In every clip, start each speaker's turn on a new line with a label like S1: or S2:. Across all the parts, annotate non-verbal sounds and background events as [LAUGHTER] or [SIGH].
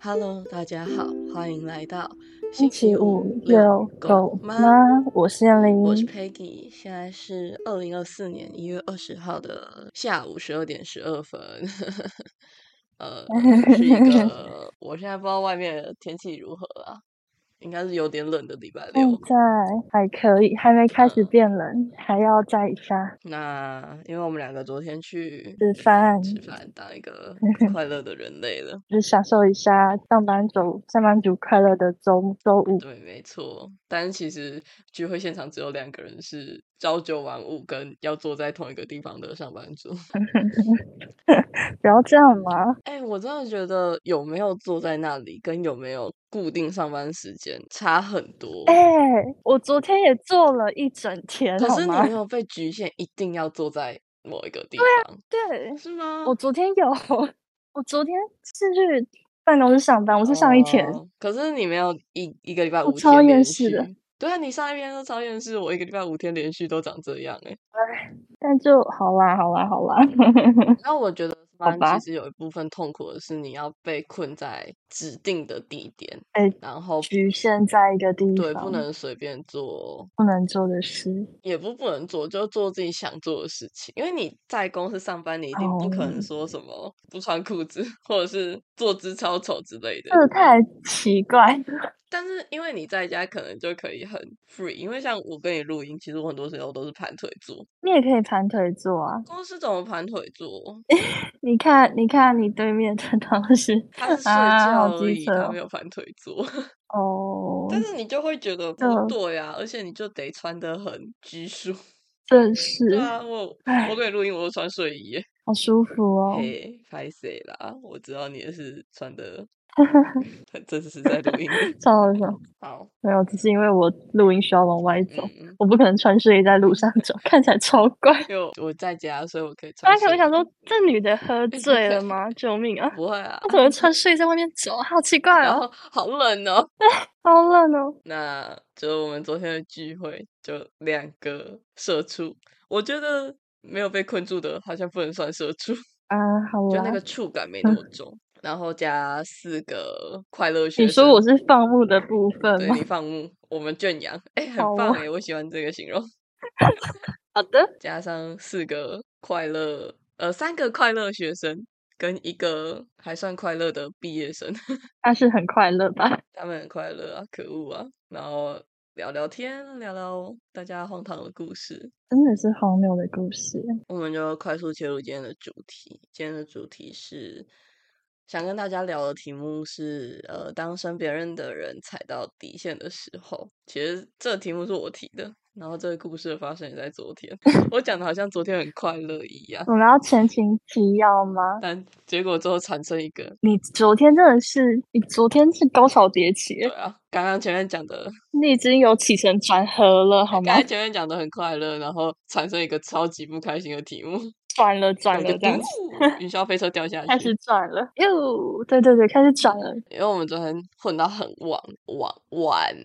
S1: Hello，大家好，欢迎来到
S2: 星期五遛狗
S1: 妈。
S2: 吗？我是燕
S1: 我是
S2: 玲，
S1: Peggy，现在是二零二四年一月二十号的下午十二点十二分。 [LAUGHS] 呃，是一
S2: [LAUGHS]
S1: 个我现在不知道外面的天气如何啊，应该是有点冷的礼拜六。
S2: 现在还可以，还没开始变冷，还要再一下
S1: 那因为我们两个昨天去
S2: 吃饭，
S1: 吃饭，当一
S2: [LAUGHS]
S1: 个快乐的人类了。
S2: 就享受一下上班族上班族快乐的周周五。
S1: 对，没错。但是其实聚会现场只有两个人是朝九晚五跟要坐在同一个地方的上班族。
S2: 不要这样嘛，
S1: [LAUGHS] 哎、我真的觉得有没有坐在那里跟有没有固定上班时间差很多。
S2: 哎、我昨天也做了一整天，
S1: 可
S2: 好
S1: 是你
S2: 吗
S1: 没？有被局限，一定要坐在某一个地方，
S2: 对，
S1: 是吗？
S2: 我昨天有， [LAUGHS] 我昨天是去办公室上班，我是上一天，
S1: 哦可是你没有一一个礼拜
S2: 我
S1: 五天
S2: 超厌
S1: 连
S2: 世的
S1: 续。对啊，你上一篇都超厌世，我一个礼拜五天连续都长这样哎、
S2: 但就好啦，好啦，好啦。
S1: 那我觉得
S2: 好
S1: 班
S2: 吧
S1: 其实有一部分痛苦的是你要被困在指定的地点，
S2: 哎哦
S1: 然后
S2: 局限在一个地方，
S1: 对不能随便做，
S2: 不能做的事。
S1: 也不不能做，就做自己想做的事情。因为你在公司上班，你一定不可能
S2: 哦
S1: 说什么不穿裤子或者是坐姿超丑之类的。
S2: 这太奇怪了。
S1: 但是因为你在家，可能就可以很 free。因为像我跟你录音，其实我很多时候都是盘腿坐。
S2: 你也可以盘腿坐啊！
S1: 公司怎么盘腿坐？
S2: 你看，你看你对面的同事，
S1: 他是睡
S2: 啊好
S1: 觉而
S2: 机
S1: 已，
S2: 车
S1: 他
S2: 哦
S1: 没有盘腿坐。
S2: 哦，
S1: 但是你就会觉得不
S2: 嗯
S1: 对啊，而且你就得穿得很拘束。 [LAUGHS]
S2: 真是
S1: 对啊，我
S2: 唉
S1: 我跟你录音，我都穿睡衣耶。
S2: 好舒服哦。
S1: 嘿，拍谁啦？我知道你也是穿
S2: [LAUGHS]
S1: 的很正式在录音。
S2: 超好笑，
S1: 好，
S2: 没有，只是因为我录音需要往外走，
S1: 嗯，
S2: 我不可能穿睡衣在路上走，看起来超怪。
S1: 因为我我在家，啊所以我可以穿
S2: 大家
S1: 睡衣。
S2: 啊可能想说，这女的喝醉了吗？救命啊！
S1: 不会
S2: [LAUGHS]
S1: 啊
S2: 她，怎么穿睡衣在外面走？好奇怪
S1: 然
S2: 哦，
S1: 后好冷哦。
S2: 好冷哦。
S1: 那就我们昨天的聚会，就两个社畜，我觉得没有被困住的，好像不能算社畜。
S2: 啊，好
S1: 就
S2: 啦
S1: 那，个触感没那
S2: 嗯
S1: 么重，然后加四个快乐学
S2: 你
S1: 生，
S2: 说我是放牧的部分
S1: 对
S2: 吗？ [LAUGHS]
S1: 你放牧，我们圈养，哎、很
S2: 好哦 [LAUGHS]
S1: 棒哎、我喜欢这个形容。
S2: 好的，
S1: 加上四个快乐，呃，三个快乐学生跟一个还算快乐的毕业生， [LAUGHS]
S2: 她是很快乐吧？
S1: 他们很快乐啊，可恶啊，然后聊聊天，聊聊大家荒唐的故事。
S2: 真的是荒谬的故事。
S1: 我们就快速切入今天的主题。今天的主题是想跟大家聊的题目是，呃，当身边人的人踩到底线的时候，其实这题目是我提的。然后这个故事的发生也在昨天，我讲的好像昨天很快乐一样，
S2: 我们要前情提要吗？
S1: 但结果之后产生一个，
S2: 你昨天真的是，你昨天是高潮迭起
S1: 对
S2: 耶，
S1: 啊，刚刚前面讲的，
S2: 你已经有起承转合了，好
S1: 刚
S2: 吗
S1: 才？前面讲的很快乐，然后产生一个超级不开心的题目，
S2: [LAUGHS] 转了，转
S1: 有一个
S2: 了，这样子，
S1: 嘟云霄飞车掉下去，
S2: 开始转了，哟，对对对，开始
S1: [LAUGHS]
S2: 转了。
S1: 因为我们昨天混到很晚晚晚，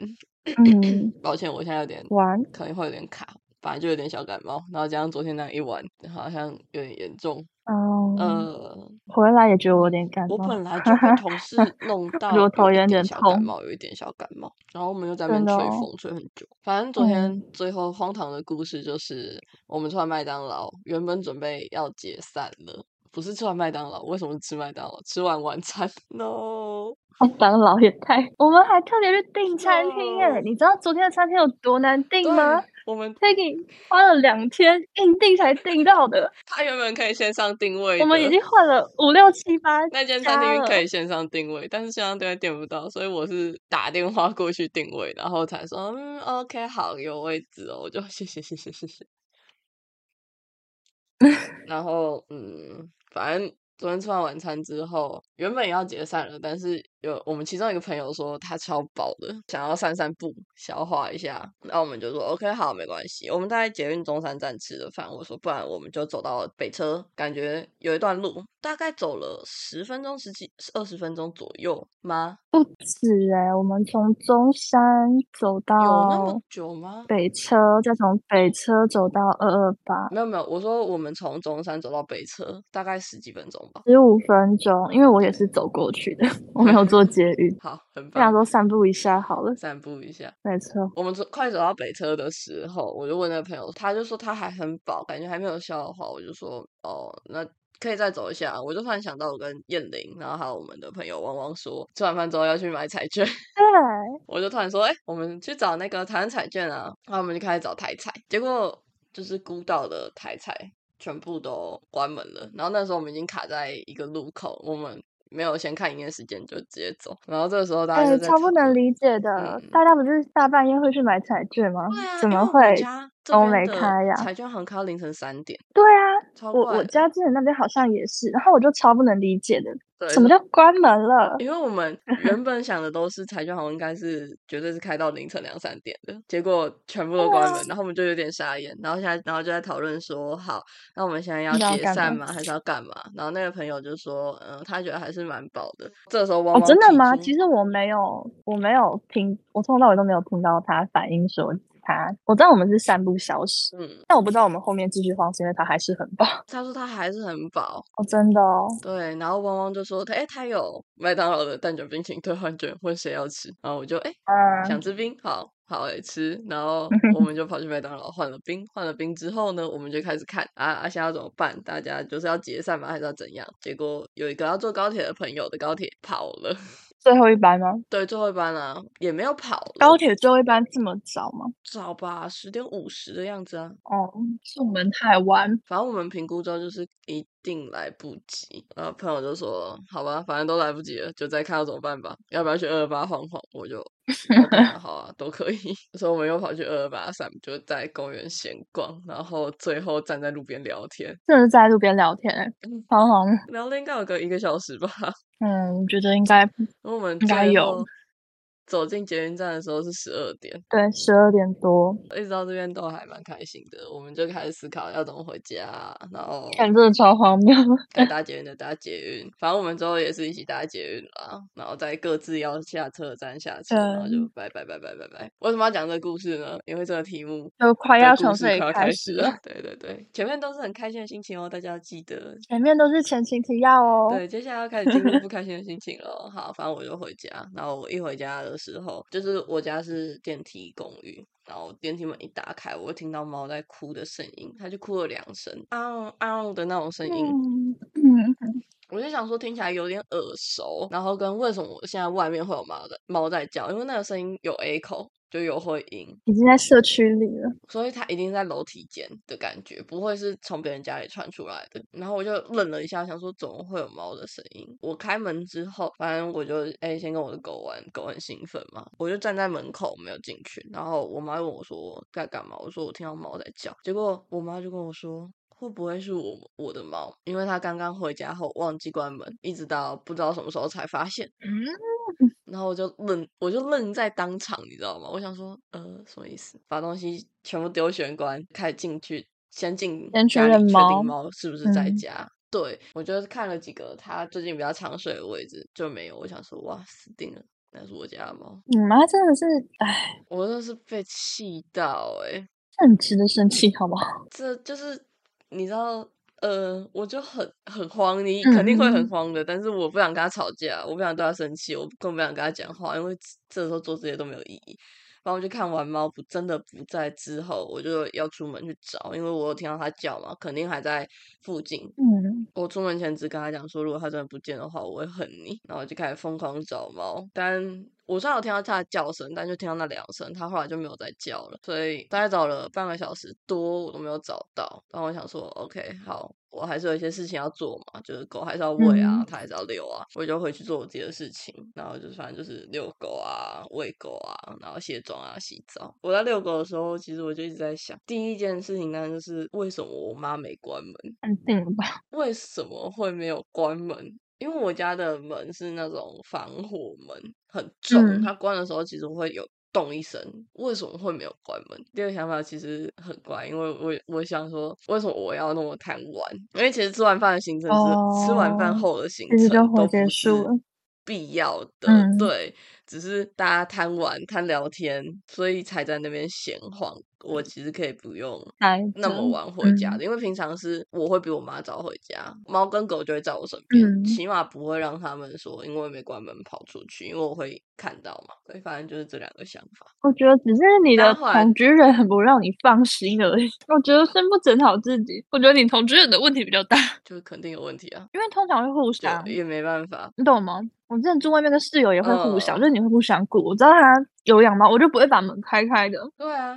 S2: 嗯，
S1: 抱歉，我现在有点
S2: 完，
S1: 可能会有点卡，反正就有点小感冒，然后加上昨天那一晚好像有点严重，
S2: 哦，
S1: 呃，
S2: 回来也觉得我有点感
S1: 我
S2: 冒，
S1: 本来就被同事
S2: [LAUGHS]
S1: 弄到
S2: 我头
S1: 一
S2: 有
S1: 点
S2: 点
S1: 小感
S2: 痛
S1: 冒，有一点小感冒，然后我们又在那
S2: 真
S1: 边
S2: 的
S1: 吹
S2: 哦
S1: 风吹很久。反正昨天
S2: 嗯
S1: 最后荒唐的故事就是，我们吃完麦当劳，原本准备要解散了。不是吃完麦当劳，为什么吃麦当劳？吃完晚餐 [LAUGHS] ，no，
S2: 麦当劳也太……我们还特别去订餐厅哎、
S1: No
S2: 你知道昨天的餐厅有多难
S1: 哦对
S2: 订吗？，
S1: 我们
S2: Peggy 花了两天硬订才订到的，
S1: 他原本可以线上定位的，
S2: 我们已经换了五六七八
S1: 那间餐
S2: 家
S1: 厅可
S2: 了。
S1: 以线上定位，但是线上定位订不到，所以我是打电话过去定位，然后才说嗯，OK，好，有位置哦，我就 [LAUGHS] 谢谢谢谢谢谢。然后嗯，反正昨天吃完晚餐之后，原本也要解散了，但是有我们其中一个朋友说他超饱的，想要散散步，消化一下。然后我们就说 OK，好，没关系。我们在捷运中山站吃的饭，我说不然我们就走到北车，感觉有一段路，大概走了十分钟、十几、二十分钟左右吗？
S2: 不止哎、我们从中山走
S1: 有那么
S2: 到
S1: 久吗？
S2: 北车，再从北车走到二二八，
S1: 没有没有，我说我们从中山走到北车大概十几分钟吧。
S2: 十五分钟。因为我也是走过去的，我没有 [LAUGHS] 坐捷运，
S1: 好，很
S2: 想
S1: 棒，
S2: 说散步一下好了。
S1: 散步一下。
S2: 没错，
S1: 我们走快走到北车的时候，我就问那个朋友，他就说他还很饱，感觉还没有消化。我就说哦，那可以再走一下。我就突然想到，我跟燕玲，然后还有我们的朋友汪汪说，吃完饭之后要去买彩券。 [LAUGHS]
S2: 对，
S1: 我就突然说，哎、我们去找那个台湾彩券啊。然后我们就开始找台彩，结果就是孤岛的台彩全部都关门了。然后那时候我们已经卡在一个路口，我们。没有先看营业时间就直接走，然后这个时候大家
S2: 哎、
S1: 就在
S2: 超
S1: 讨
S2: 不能
S1: 论
S2: 理解的，
S1: 嗯
S2: 大家不就是大半夜会去买彩券吗？
S1: 对啊，
S2: 怎
S1: 因
S2: 么
S1: 为我
S2: 会？
S1: 家这
S2: 都
S1: 边
S2: 没
S1: 的
S2: 开呀
S1: 彩券行开到凌晨三点，
S2: 对啊，
S1: 超
S2: 我
S1: 怪
S2: 我
S1: 的
S2: 家之前那边好像也是，然后我就超不能理解的，
S1: 对
S2: 什么
S1: 就
S2: 叫关门了？
S1: 因为我
S2: [LAUGHS]
S1: 们原本想的都是彩券行应该是绝对是开到凌晨两三点的，结果全部都关门，然后我们就有点傻眼，然后现在然后就在讨论说，好，那我们现在要
S2: 要
S1: 解
S2: 干
S1: 散
S2: 嘛
S1: 吗？还是要干嘛？然后那个朋友就说，嗯、他觉得还是蛮饱的。这个时候汪
S2: 哦，
S1: 汪
S2: 真的
S1: 提
S2: 吗？
S1: 出
S2: 其实我没有，我没有听，我从头到尾都没有听到他反映说他，我知道我们是散步消失，
S1: 嗯，
S2: 但我不知道我们后面继续晃是因为他还是很棒
S1: 他说他还是很饱，
S2: 哦，真的哦，
S1: 对，然后汪汪就说他，哎、他有麦当劳的蛋卷冰淇淋兑换券，问谁要吃？然后我就，哎、
S2: 嗯，
S1: 想吃冰，好好诶、吃。然后我们就跑去麦当劳换了冰，换了冰之后呢，我们就开始看啊啊，现在要怎么办？大家就是要解散吗？还是要怎样？结果有一个要坐高铁的朋友的高铁跑了， [LAUGHS]
S2: 最后一班吗？
S1: 对，最后一班啦、也没有跑
S2: 高
S1: 了，
S2: 铁最后一班这么早吗？
S1: 早吧，十点五十的样子啊。
S2: 哦，是我们太晚，
S1: 反正我们评估之后就是一定来不及，然后朋友就说：“好吧，反正都来不及了，就再看要怎么办吧，要不要去二二八晃晃？”我
S2: [LAUGHS]
S1: 就 OK 啊，好啊，都可以。 [LAUGHS] 所以我们又跑去二二八散步，就在公园闲逛，然后最后站在路边聊天，
S2: 真的是在路边聊天、欸
S1: 嗯，
S2: 好好，
S1: 聊了应该有个一个小时吧。
S2: 嗯，我觉得应该
S1: 然后我们
S2: 应该
S1: 最
S2: 有
S1: 后走进捷运站的时候是十二点，
S2: 对十二点多，
S1: 一直到这边都还蛮开心的。我们就开始思考要怎么回家啊，然后
S2: 看真的超荒谬， [LAUGHS]
S1: 该啊搭捷运的搭捷运，反正我们之后也是一起搭捷运啦，然后再各自要下车站下车，然后就
S2: 嗯
S1: 拜拜拜拜拜拜。为什么要讲这个故事呢？因为这个题目
S2: 就快
S1: 的
S2: 要
S1: 故
S2: 从
S1: 事
S2: 这
S1: 快
S2: 里
S1: 要
S2: 开
S1: 开
S2: 始
S1: 始
S2: 了
S1: 了，，对对对，前面都是很开心的心情哦，大家要记得。
S2: 前面都是前情提要哦，
S1: 对，接下来要开始进入不开心的心情了。哦好，反正我就回家，然后我一回家的时候，就是我家是电梯公寓，然后电梯门一打开，我就听到猫在哭的声音，它就哭了两声，啊呜啊呜的那种声音，
S2: 嗯嗯，
S1: 我就想说听起来有点耳熟，然后跟为什么我现在外面会有猫在猫在叫，因为那个声音有 echo 就有回音，
S2: 已经在社区里了，
S1: 所以它一定在楼梯间的感觉，不会是从别人家里传出来的。然后我就愣了一下，想说怎么会有猫的声音？我开门之后，反正我就哎、先跟我的狗玩，狗很兴奋嘛，我就站在门口没有进去。然后我妈问我说在干嘛，我说我听到猫在叫，结果我妈就跟我说。会不会是我我的猫？因为它刚刚回家后忘记关门，一直到不知道什么时候才发现。
S2: 嗯，
S1: 然后我就愣，我就愣在当场，你知道吗？我想说，呃，什么意思？把东西全部丢玄关，开始进去，先进
S2: 先确
S1: 家里
S2: 认
S1: 确定
S2: 猫，
S1: 猫是不是在
S2: 嗯，
S1: 家。对我就是看了几个它最近比较常睡的位置就没有，我想说，哇，死定了，那是我家的猫，
S2: 你妈真的是，哎，
S1: 我真的是被气到欸诶、
S2: 这很值得生气，好不好？
S1: 这就是你知道，呃，我就很很慌，你肯定会很
S2: 嗯，
S1: 慌的。但是我不想跟他吵架，我不想对他生气，我更不想跟他讲话，因为这这时候做这些都没有意义。然后我就看完猫不真的不在之后，我就要出门去找，因为我有听到它叫嘛，肯定还在附近。
S2: 嗯，
S1: 我出门前只跟他讲说，如果他真的不见的话，我会恨你。然后我就开始疯狂找猫，但我虽然有听到它的叫声，但就听到那两声，它后来就没有再叫了。所以大概找了半个小时多，我都没有找到。然后我想说，OK，好，我还是有一些事情要做嘛，就是狗还是要喂啊，
S2: 嗯，
S1: 它还是要遛啊，我就回去做我自己的事情。然后就是反正就是遛狗啊、喂狗啊，然后卸妆啊、洗澡。我在遛狗的时候，其实我就一直在想，第一件事情当然就是为什么我妈没关门。
S2: 安定了吧？
S1: 为什么会没有关门？因为我家的门是那种防火门，很重，它
S2: 嗯，
S1: 关的时候其实会有咚一声。为什么会没有关门？第二个想法其实很怪，因为我我想说，为什么我要那么贪玩？因为其实吃完饭的行程之吃完饭
S2: 哦，
S1: 后的行
S2: 其实
S1: 程
S2: 就会
S1: 都
S2: 结
S1: 不
S2: 束
S1: 是
S2: 了，
S1: 必要的，
S2: 嗯，
S1: 对，只是大家贪玩、贪聊天，所以才在那边闲晃。我
S2: 嗯
S1: 其实可以不用
S2: 来
S1: 那么
S2: 着
S1: 晚回家
S2: 嗯
S1: 的，因为平常是我会比我妈早回家，猫跟狗就会在我身边，
S2: 嗯
S1: 起码不会让他们说因为没关门跑出去，因为我会看到嘛。所以反正就是这两个想法。
S2: 我觉得只是你
S1: 那
S2: 的
S1: 后来
S2: 同居人很不让你放心而已。我觉得先不检讨自己，我觉得你同居人的问题比较大，
S1: 就肯定有问题啊，
S2: 因为通常会互
S1: 对
S2: 相，，
S1: 也没办法。
S2: 你懂吗？我之前住外面跟室友也会互相，
S1: 嗯
S2: 就是你会互相顾。我知道他有养猫，我就不会把门开开的，
S1: 对啊，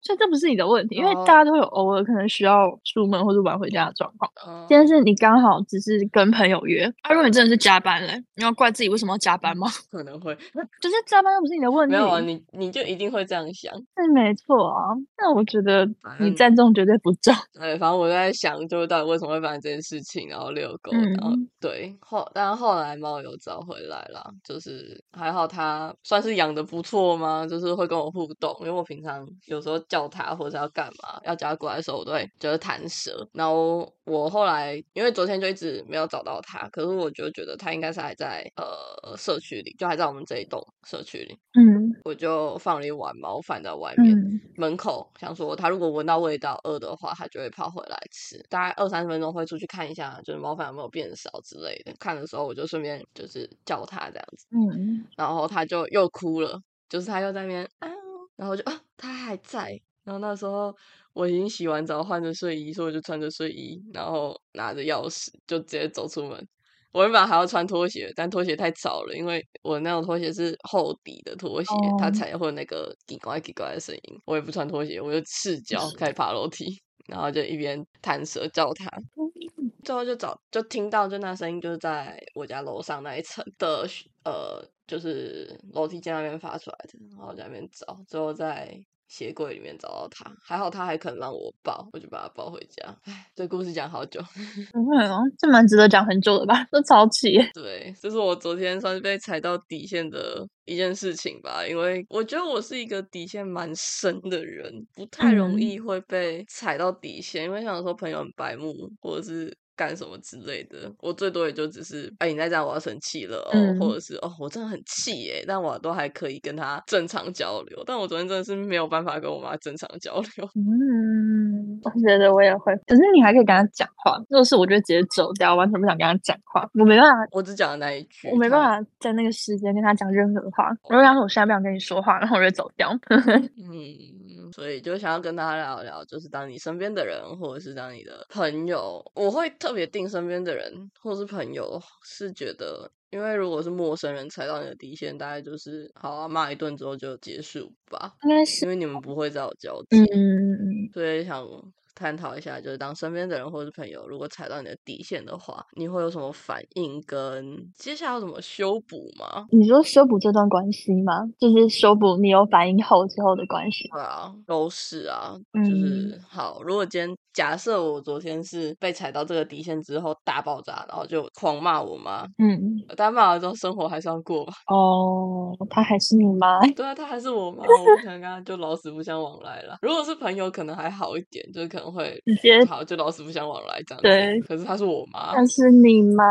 S2: 所以这不是你的问题，因为
S1: 哦
S2: 大家都有偶尔可能需要出门或者晚回家的状况。
S1: 嗯
S2: 今天是你刚好只是跟朋友约，啊，如果你真的是加班嘞，你要怪自己为什么要加班吗？
S1: 可能会
S2: 就是加班又不是你的问题，
S1: 没有啊，你你就一定会这样想。
S2: 是没错啊。那我觉得
S1: 反
S2: 你
S1: 正
S2: 赞颂绝对不
S1: [LAUGHS]
S2: 中。
S1: 哎，反正我在想，就是到底为什么会发生这件事情，然后遛狗，然后
S2: 嗯
S1: 对后，但后来猫有找回来啦，就是还好它算是养的不错嘛，就是会跟我互动，因为我平常有时候叫它或者要干嘛，要叫它过来的时候，我都会就是弹舌。然后我后来因为昨天就一直没有找到它，可是我就觉得它应该是还在呃社区里，就还在我们这一栋社区里，
S2: 嗯
S1: 我就放了一碗猫饭在外面。
S2: 嗯
S1: 门口，想说它如果闻到味道饿的话，它就会跑回来吃。大概二三十分钟会出去看一下，就是猫饭有没有变少之类的。看的时候我就顺便就是叫它这样子，
S2: 嗯，
S1: 然后它就又哭了，就是它又在那边啊，然后我就啊它还在。然后那时候我已经洗完澡换着睡衣，所以我就穿着睡衣，然后拿着钥匙就直接走出门。我原本还要穿拖鞋，但拖鞋太吵了，因为我那种拖鞋是厚底的拖鞋，它
S2: 哦
S1: 才会有那个叽呱叽呱的声音。我也不穿拖鞋，我就赤脚开始爬楼梯，然后就一边弹舌叫它。最后就找就听到就那声音，就是在我家楼上那一层的嘘呃，就是楼梯间那边发出来的，然后我在那边找，最后在鞋柜里面找到它，还好它还肯让我抱，我就把它抱回家。唉，这故事讲好久。
S2: 不会哦，这蛮值得讲很久的吧？这超气 [LAUGHS] 耶，
S1: 对，这是我昨天算是被踩到底线的一件事情吧，因为我觉得我是一个底线蛮深的人，不太容
S2: 嗯
S1: 易会被踩到底线，因为想说朋友很白目，或者是。干什么之类的，我最多也就只是，哎、你再这样我要生气了哦，或
S2: 嗯
S1: 者是哦，我真的很气耶，但我都还可以跟他正常交流，但我昨天真的是没有办法跟我妈正常交流，
S2: 嗯，我觉得我也会，可是你还可以跟他讲话。如果是我就直接走掉，完全不想跟他讲话，我没办法。
S1: 我只讲了那一句，
S2: 我没
S1: 她
S2: 办法在那个时间跟他讲任何话，我就跟他说我现在不想跟你说话，然后我就走掉。 [LAUGHS]
S1: 嗯，所以就想要跟他聊聊，就是当你身边的人，或者是当你的朋友，我会特别定身边的人或是朋友，是觉得，因为如果是陌生人踩到你的底线，大概就是好啊，骂一顿之后就结束吧，
S2: 应该是，
S1: 因为你们不会再有交集，
S2: 嗯，
S1: 所以想探讨一下，就是当身边的人或是朋友如果踩到你的底线的话，你会有什么反应，跟接下来要怎么修补吗？
S2: 你说修补这段关系吗？就是修补你有反应后之后的关系。
S1: 对啊，都是啊，就
S2: 嗯
S1: 是好。如果今天假设我昨天是被踩到这个底线之后大爆炸，然后就狂骂我妈，
S2: 嗯，
S1: 但骂完之后生活还是要过吧。
S2: 哦，他还是你妈。
S1: [LAUGHS]
S2: [LAUGHS]
S1: 对啊，她还是我妈，我不想跟她就老死不相往来了。如果是朋友，可能还好一点，就是可能会
S2: 直接
S1: 好就老死不相往来这样
S2: 嗯对嗯
S1: 子。可是她是我妈，
S2: 但是你吗？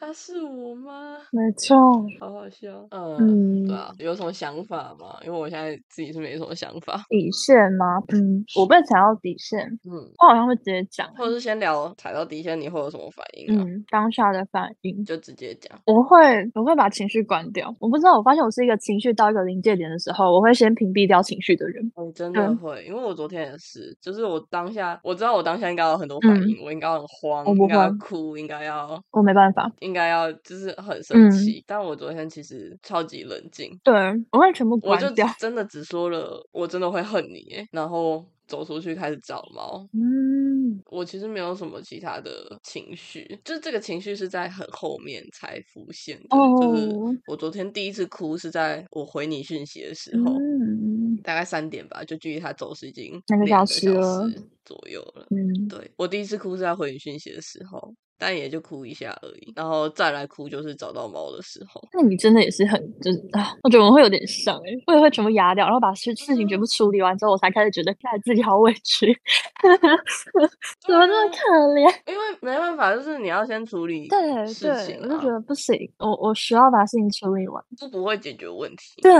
S1: 她是我妈，
S2: 没错，
S1: 好好笑。嗯，对
S2: 嗯，
S1: 啊，有什么想法吗？因为我现在自己是没什么想法。
S2: 底线吗？嗯，我被踩到底线，
S1: 嗯，
S2: 我好像会直接讲欸，
S1: 或者是先聊踩到底线，你会有什么反应啊？
S2: 嗯，当下的反应，
S1: 就直接讲。
S2: 我会我会把情绪关掉。我不知道，我发现我是一个情绪到一个临界点的时候，我会先屏蔽掉情绪的人。
S1: 我哦真
S2: 对
S1: 的会，因为我昨天也是，就是我当下我知道我当下应该有很多反
S2: 嗯
S1: 应，我应该很慌，
S2: 我
S1: 应
S2: 不
S1: 该要
S2: 慌，
S1: 哭，应该要
S2: 我没办法，
S1: 应该要就是很生
S2: 嗯，
S1: 气，但我昨天其实超级冷静，
S2: 对，我会全部
S1: 我
S2: 关
S1: 就
S2: 掉。
S1: 真的只说了我真的会恨你耶，然后走出去开始找猫。
S2: 嗯
S1: 我其实没有什么其他的情绪，就是这个情绪是在很后面才浮现的。就是
S2: 哦，
S1: 我昨天第一次哭是在我回你讯息的时候，
S2: 嗯，
S1: 大概三点吧，就距离他走失已经
S2: 两个
S1: 两
S2: 小
S1: 个
S2: 时
S1: 小
S2: 了，
S1: 时左右了。
S2: 嗯
S1: 对我第一次哭是在回你讯息的时候，但也就哭一下而已。然后再来哭就是找到猫的时候。
S2: 那你真的也是很就是啊，我觉得我会有点像哎、我也会全部压掉，然后把事事情全部处理完之后，我才开始觉得看自己好委屈，怎
S1: 对
S2: 么这么
S1: 啊
S2: 可怜？
S1: [LAUGHS] 因为没办法，就是你要先处理
S2: 对
S1: 事
S2: 对，
S1: 情
S2: 我就
S1: 啊
S2: 觉，得不行，我我需要把事情处理完。
S1: 这不会解决问题。
S2: 对，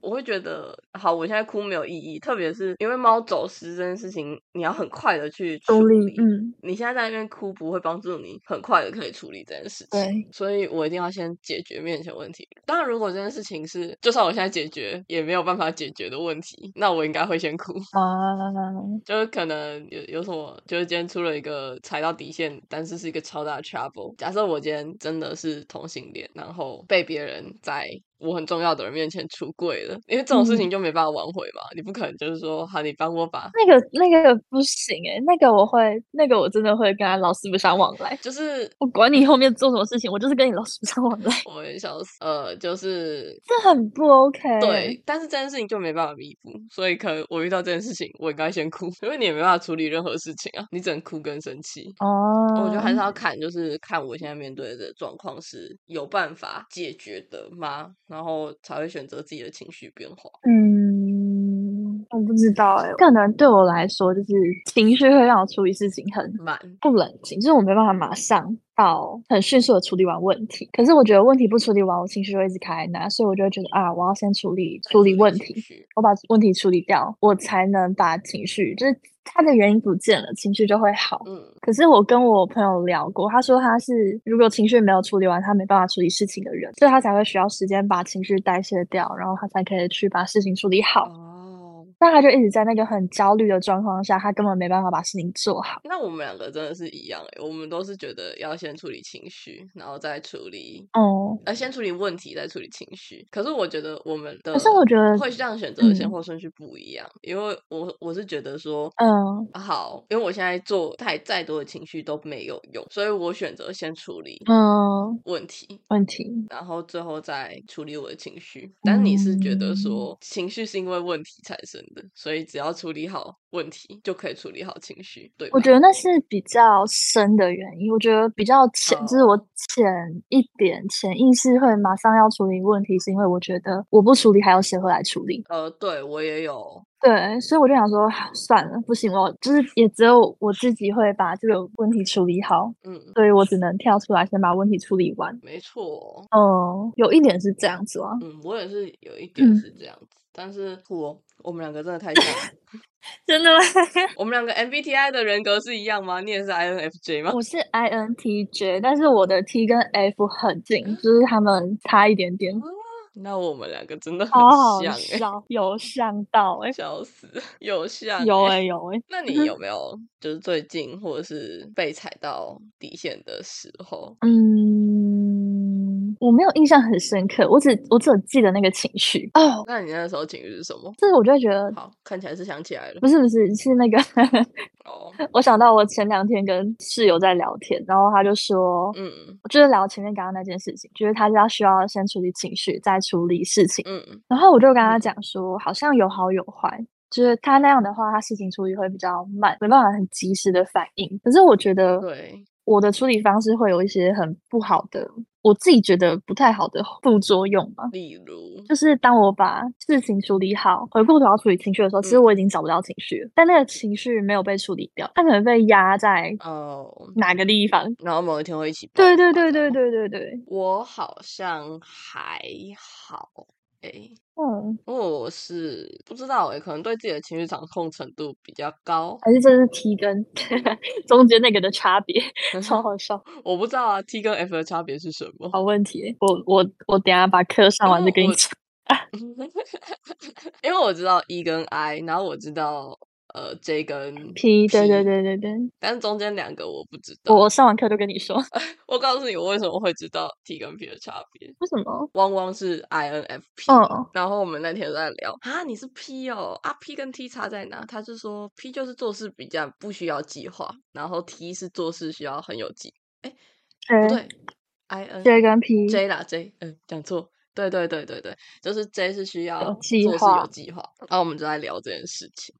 S1: 我会觉得，好，我现在哭没有意义，特别是因为猫走失这件事情，你要很快的去
S2: 处
S1: 处
S2: 理，嗯，
S1: 你现在在那边哭，不会帮助你很快的可以处理这件事情。
S2: 对，
S1: 所以我一定要先解决面前问题。当然，如果这件事情是就算我现在解决也没有办法解决的问题，那我应该会先哭。 [LAUGHS]
S2: 啊，
S1: 就是可能有有什么，就是今天出了一个踩到底线，但是是一个超大的 trouble。假设我今天真的是同性恋，然后被别人在我很重要的人面前出柜了，因为这种事情就没办法挽回嘛，你不可能就是说，好，你帮我把。 [LAUGHS]
S2: 那个那个不行哎、那个我会，那个我真的会跟他老死不相往来。
S1: 就是
S2: 我管你后面做什么事情，我就是跟你老死不相往来，
S1: 我很想死，呃，就是
S2: 这很不 OK。
S1: 对，，但是这件事情就没办法弥补，所以可能我遇到这件事情，我应该先哭，因为你也没办法处理任何事情啊，你只能哭跟生气。
S2: 哦，
S1: 我觉得还是要看，就是看我现在面对的状况是有办法解决的吗？然后才会选择自己的情绪变化。
S2: 嗯，我不知道哎、可能对我来说，就是情绪会让我处理事情很
S1: 慢，
S2: 不冷静，就是我没办法马上到很迅速的处理完问题。可是我觉得问题不处理完，我情绪会一直开那，所以我就会觉得啊，我要先处理处理问题
S1: 情，绪
S2: 我把问题处理掉，我才能把情绪，就是它的原因不见了，情绪就会好。
S1: 嗯，
S2: 可是我跟我朋友聊过，他说他是如果情绪没有处理完，他没办法处理事情的人，所以他才会需要时间把情绪代谢掉，然后他才可以去把事情处理好。
S1: 哦，
S2: 但他就一直在那个很焦虑的状况下，他根本没办法把事情做好。
S1: 那我们两个真的是一样欸，我们都是觉得要先处理情绪，然后再处理。
S2: 哦、
S1: 呃，先处理问题，再处理情绪。可是我觉得我们的，
S2: 是我觉得
S1: 呃会这样选择的先
S2: 嗯
S1: 后顺序不一样，因为我我是觉得说，
S2: 嗯
S1: 好，因为我现在做太再多的情绪都没有用，所以我选择先处理
S2: 嗯，
S1: 问题，
S2: 问题
S1: 然后最后再处理我的情绪。但你是觉
S2: 嗯
S1: 得说情绪是因为问题产生的，所以只要处理好问题就可以处理好情绪，对吧？
S2: 我觉得那是比较深的原因。我觉得比较浅，就是我浅一点，潜意识会马上要处理问题，是因为我觉得我不处理，还有谁会来处理？
S1: 呃，对我也有，
S2: 对，所以我就想说，啊算了，不行，我就是也只有我自己会把这个问题处理好，
S1: 嗯，
S2: 所以我只能跳出来先把问题处理完。
S1: 没错，哦
S2: 嗯，有一点是这样子啊，
S1: 嗯，我也是有一点
S2: 嗯
S1: 是这样子，但是我我们两个真的太像
S2: [LAUGHS]
S1: 了，
S2: 真的吗？ [LAUGHS]
S1: 我们两个 MBTI 的人格是一样吗？你也是 INFJ 吗？
S2: 我是 INTJ，但是我的 T 跟 F 很近，就是他们差一点点，
S1: 那我们两个真的很
S2: 好好
S1: 像哎、
S2: 笑，有像到哎、
S1: 笑死，有像
S2: 有
S1: 欸
S2: 哎、有哎、
S1: 那你有没有就是最近或者是被踩到底线的时候？
S2: 嗯，我没有印象很深刻，我只我只有记得那个情绪哦，
S1: 那你那时候情绪是什么？
S2: 这个我就会觉得。
S1: 好，看起来是想起来了
S2: 不是不是，是那个，
S1: 哦，
S2: 我想到我前两天跟室友在聊天，然后他就说，
S1: 嗯
S2: 就是聊前面刚刚那件事情，就是他是要需要先处理情绪，再处理事情。
S1: 嗯
S2: 然后我就跟他
S1: 嗯
S2: 讲说，好像有好有坏，就是他那样的话，他事情处理会比较慢，没办法很及时的反应。可是我觉得
S1: 对，
S2: 我的处理方式会有一些很不好的，我自己觉得不太好的副作用嘛。
S1: 例如，
S2: 就是当我把事情处理好，回过头要处理情绪的时候，其实
S1: 嗯
S2: 我已经找不到情绪了，但那个情绪没有被处理掉，它可能被压在
S1: 哦，
S2: 哪个地方？
S1: 然后某一天会一起爆
S2: 对对
S1: 发
S2: 对
S1: 这样
S2: 对对对对，
S1: 我好像还好欸诶、
S2: 嗯，
S1: 因为我是不知道诶、可能对自己的情绪掌控程度比较高，
S2: 还是这是 T 跟 [LAUGHS] 中间那个的差别，超好笑。
S1: 我不知道啊 T 跟 F 的差别是什么。
S2: 嗯好问题欸，哦我我我等一下把课上
S1: 因
S2: 完
S1: 为
S2: 再跟你
S1: 我
S2: 讲。
S1: [LAUGHS] 因为我知道 E 跟 I，然后我知道呃 J 跟
S2: P，对对
S1: P
S2: 对对对，
S1: 但是中间两个我不知道。
S2: 我我上完课就跟你 [LAUGHS] 说，
S1: 我告诉你，我为什么会知道 T 跟 P 的差别。
S2: 为什么？
S1: 汪汪是 INFP，、
S2: 嗯，
S1: 然后我们那天在聊啊，你是 P 哦，啊 P 跟 T 差在哪？他是说 P 就是做事比较不需要计划，然后 T 是做事需要很有计，不
S2: 对
S1: 对，IN
S2: ，J 跟 P，
S1: J 啦 J，嗯，讲错。对对对对对，就是 J 是需要
S2: 计
S1: 做事有
S2: 划 [LAUGHS]
S1: 计划，然后我们就在聊这件事情。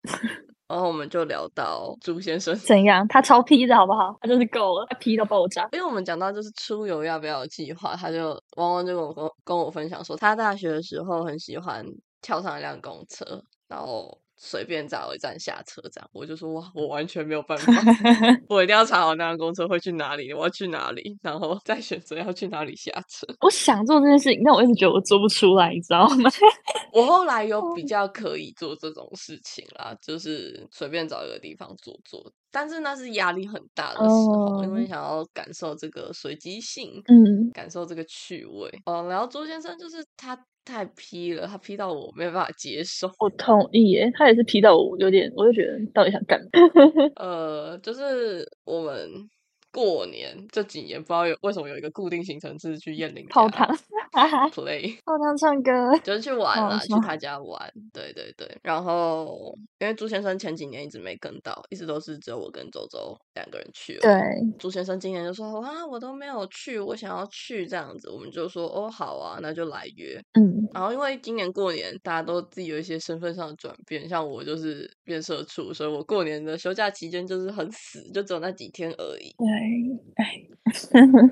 S1: 然后我们就聊到朱先生，
S2: 怎样？他超批的好不好？他就是够了，他批到爆炸。
S1: 因为我们讲到就是出游要不要有计划，他就汪汪就跟我跟跟我分享说，他大学的时候很喜欢跳上一辆公车，然后随便找一站下车这样。我就说哇，我完全没有办
S2: [LAUGHS]
S1: 法，我一定要查好那辆公车会去哪里，我要去哪里，然后再选择要去哪里下车。
S2: 我想做这件事情，但我一直觉得我做不出来，你知道吗？ [LAUGHS]
S1: 我后来有
S2: 哦
S1: 比较可以做这种事情啦，就是随便找一个地方坐坐，但是那是压力很大的时候，因为
S2: 哦
S1: 想要感受这个随机性，
S2: 嗯，
S1: 感受这个趣味。哦，然后朱先生就是他太批了，他批到我没有办法接
S2: [LAUGHS]
S1: 受。
S2: 我同意耶，他也是批到我有点，我就觉得你到底想干嘛？
S1: 呃，就是我们过年这几年不知道有为什么有一个固定行程是去燕玲
S2: 嗯泡
S1: 家
S2: 汤， [LAUGHS]
S1: play。
S2: 泡汤唱歌，
S1: 就是去玩
S2: 哦
S1: 啦，
S2: 是
S1: 去
S2: 吗
S1: 他家玩，对对对。然后因为朱先生前几年一直没跟到，一直都是只有我跟周周两个人去。哦
S2: 对，，
S1: 朱先生今年就说啊，我都没有去，我想要去这样子。我们就说哦，好啊，那就来约。
S2: 嗯，
S1: 然后因为今年过年大家都自己有一些身份上的转变，像我就是变社畜，所以我过年的休假期间就是很死，就只有那几天而已。
S2: 对，哎，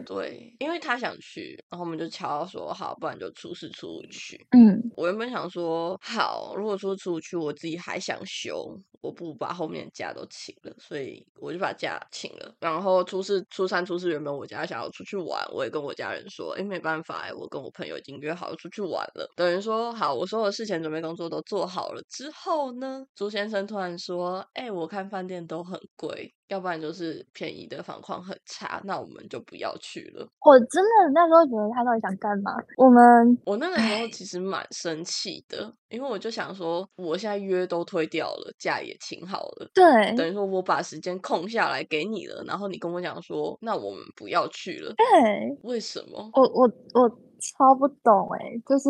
S1: 对，因为他想去，然后我们就敲说好，不然就初四初五去。
S2: 嗯，
S1: 我原本想说，好，如果说出去我自己还想休，我不把后面的假都请了，所以我就把假请了。然后初四、初三、初四，原本我家想要出去玩，我也跟我家人说，诶，没办法、诶我跟我朋友已经约好要出去玩了。等于说，好，我所有事前准备工作都做好了之后呢，朱先生突然说，诶，我看饭店都很贵，要不然就是便宜的房况很差，那我们就不要去了。
S2: 我真的那时候觉得他到底想干嘛？我们
S1: 我那个时候
S2: 唉
S1: 其实蛮生气的，因为我就想说，我现在约都推掉了，假也请好了，
S2: 对，
S1: 等于说我把时间空下来给你了，然后你跟我讲说，那我们不要去
S2: 哎
S1: 了，
S2: 对，
S1: 为什么？
S2: 我我我超不懂哎、就是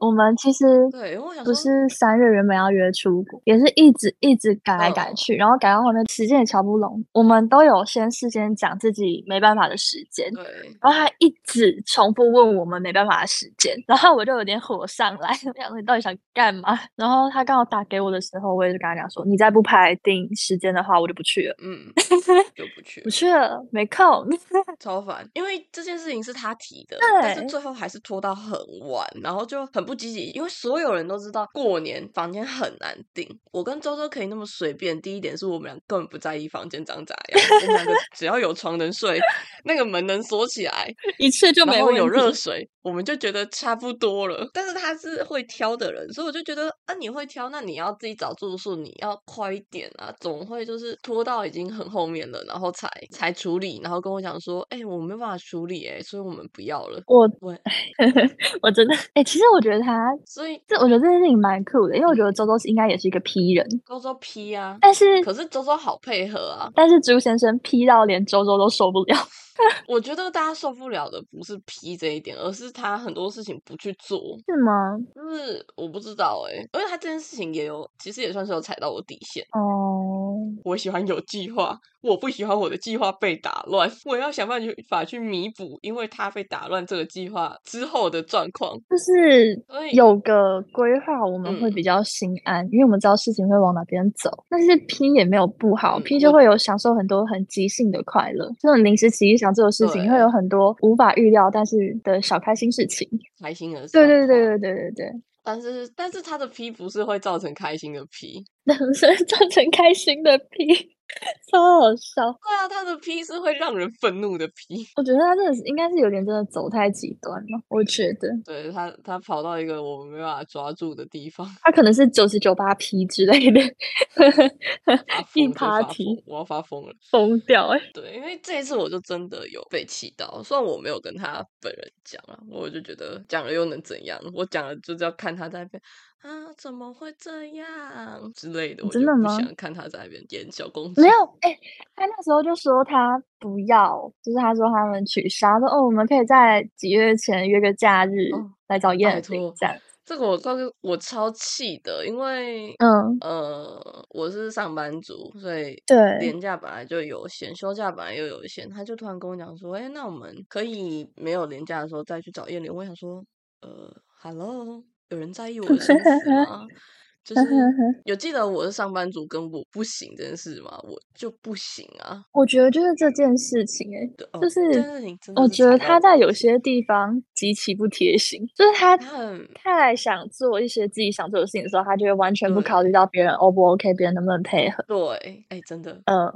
S2: 我们其实
S1: 对，因为我想
S2: 不
S1: 说，
S2: 是三月原本要约出国，也是一直一直改来改
S1: 嗯
S2: 去，然后改到后面时间也瞧不拢。我们都有先事先讲自己没办法的时间，
S1: 对，
S2: 然后他一直重复问我们没办法的时间，然后我就有点火上来，我想说你到底想干嘛？然后他刚好打给我的时候，我也就跟他讲说，你再不排定时间的话，我就不去了， [LAUGHS]
S1: 嗯，就不去
S2: 不
S1: 了，
S2: 去了，没空。 [LAUGHS]
S1: 超烦。因为这件事情是他提的，但是
S2: 对
S1: 最后还是拖到很晚，然后就很不积极，因为所有人都知道过年房间很难订。我跟周周可以那么随便，第一点是我们俩根本不在意房间长咋样，我们两个只要有床能睡，那个门能锁起来，
S2: 一次就
S1: 然
S2: 没
S1: 后
S2: 问
S1: 有热
S2: 题。
S1: 水，我们就觉得差不多了。但是他是会挑的人，所以我就觉得啊，你会挑，那你要自己找住宿，你要快一点啊，总会就是拖到已经很后面了，然后才才处理，然后跟我讲说，哎、我没办法处理、哎，所以我们不要了。
S2: 我
S1: 喂，
S2: 我真的，哎、其实我觉得他
S1: 所以
S2: 这，我觉得这件事情蛮酷的，因为我觉得周周是应该也是一个 P 人，
S1: 周周批啊，
S2: 但是
S1: 可是周周好配合啊，
S2: 但是朱先生 P 到连周周都受不了， [LAUGHS]
S1: 我觉得大家受不了的不是批这一点，而是他很多事情不去做。
S2: 是吗？
S1: 就是我不知道哎、因为他这件事情也有，其实也算是有踩到我底线。
S2: 哦，
S1: 我喜欢有计划，我不喜欢我的计划被打乱。我要想办法去弥补，因为他被打乱这个计划之后的状况。
S2: 就是
S1: 所以
S2: 有个规划，我们会
S1: 嗯
S2: 比较心安，因为我们知道事情会往哪边走。但是 P 也没有不好、
S1: 嗯
S2: p 就
S1: 我
S2: 会有享受很多很即兴的快乐，这种临时起意想做的事情，会
S1: 对
S2: 有很多无法预料但是的小开心事情。
S1: 开心而
S2: 对
S1: 上
S2: 对
S1: 话
S2: 对对对对对。
S1: 但是但是他的批不是会造成开心的批，
S2: [LAUGHS] 所以造成开心的 P，超好笑。
S1: 对啊，他的批是会让人愤怒的批。
S2: 我觉得他真的是应该是有点真的走太极端了，我觉得
S1: 对他，他跑到一个我们没办法抓住的地方，
S2: 他可能是九十九八 P 之类的， [LAUGHS]
S1: 发疯，直接发疯
S2: 一趴 P，
S1: 我要发疯了。
S2: 疯掉哎、
S1: 对，因为这一次我就真的有被气到，虽然我没有跟他本人讲啊，我就觉
S2: 嗯
S1: 得讲了又能怎样？我讲了就是要看他在那边啊，怎么会这样之类的，我
S2: 哦真
S1: 就
S2: 的
S1: 不
S2: 吗
S1: 想看他在那边演小公主
S2: 没。有哎、他那时候就说他不要，就是他说他们取消，他说哦，我们可以在几月前约个假日
S1: 哦
S2: 来找
S1: 拜
S2: 燕玲
S1: 托
S2: 这样。
S1: 这个我超我超气的，因为
S2: 嗯，
S1: 呃，我是上班族，所以
S2: 对，
S1: 年假本来就有闲，休假本来又有闲，他就突然跟我讲说，哎、那我们可以没有年假的时候再去找燕玲。我想说，呃，Hello，有人在意我的生死吗？就是
S2: 嗯哼嗯哼
S1: 有记得我是上班族跟我不行这件事吗？我就不行啊，
S2: 我觉得就是这件事情、欸，
S1: 对哦这
S2: 就是
S1: 件事情真的
S2: 我
S1: 是
S2: 觉得
S1: 踩
S2: 他
S1: 到
S2: 在
S1: 我
S2: 有
S1: 底线
S2: 些地方极其不贴心，就是他
S1: 他很
S2: 太想做一些自己想做的事情的时候，他就会完全不考
S1: 对
S2: 虑到别人 O 不 OK，别人能不能配合。
S1: 对，哎，真的，
S2: 嗯，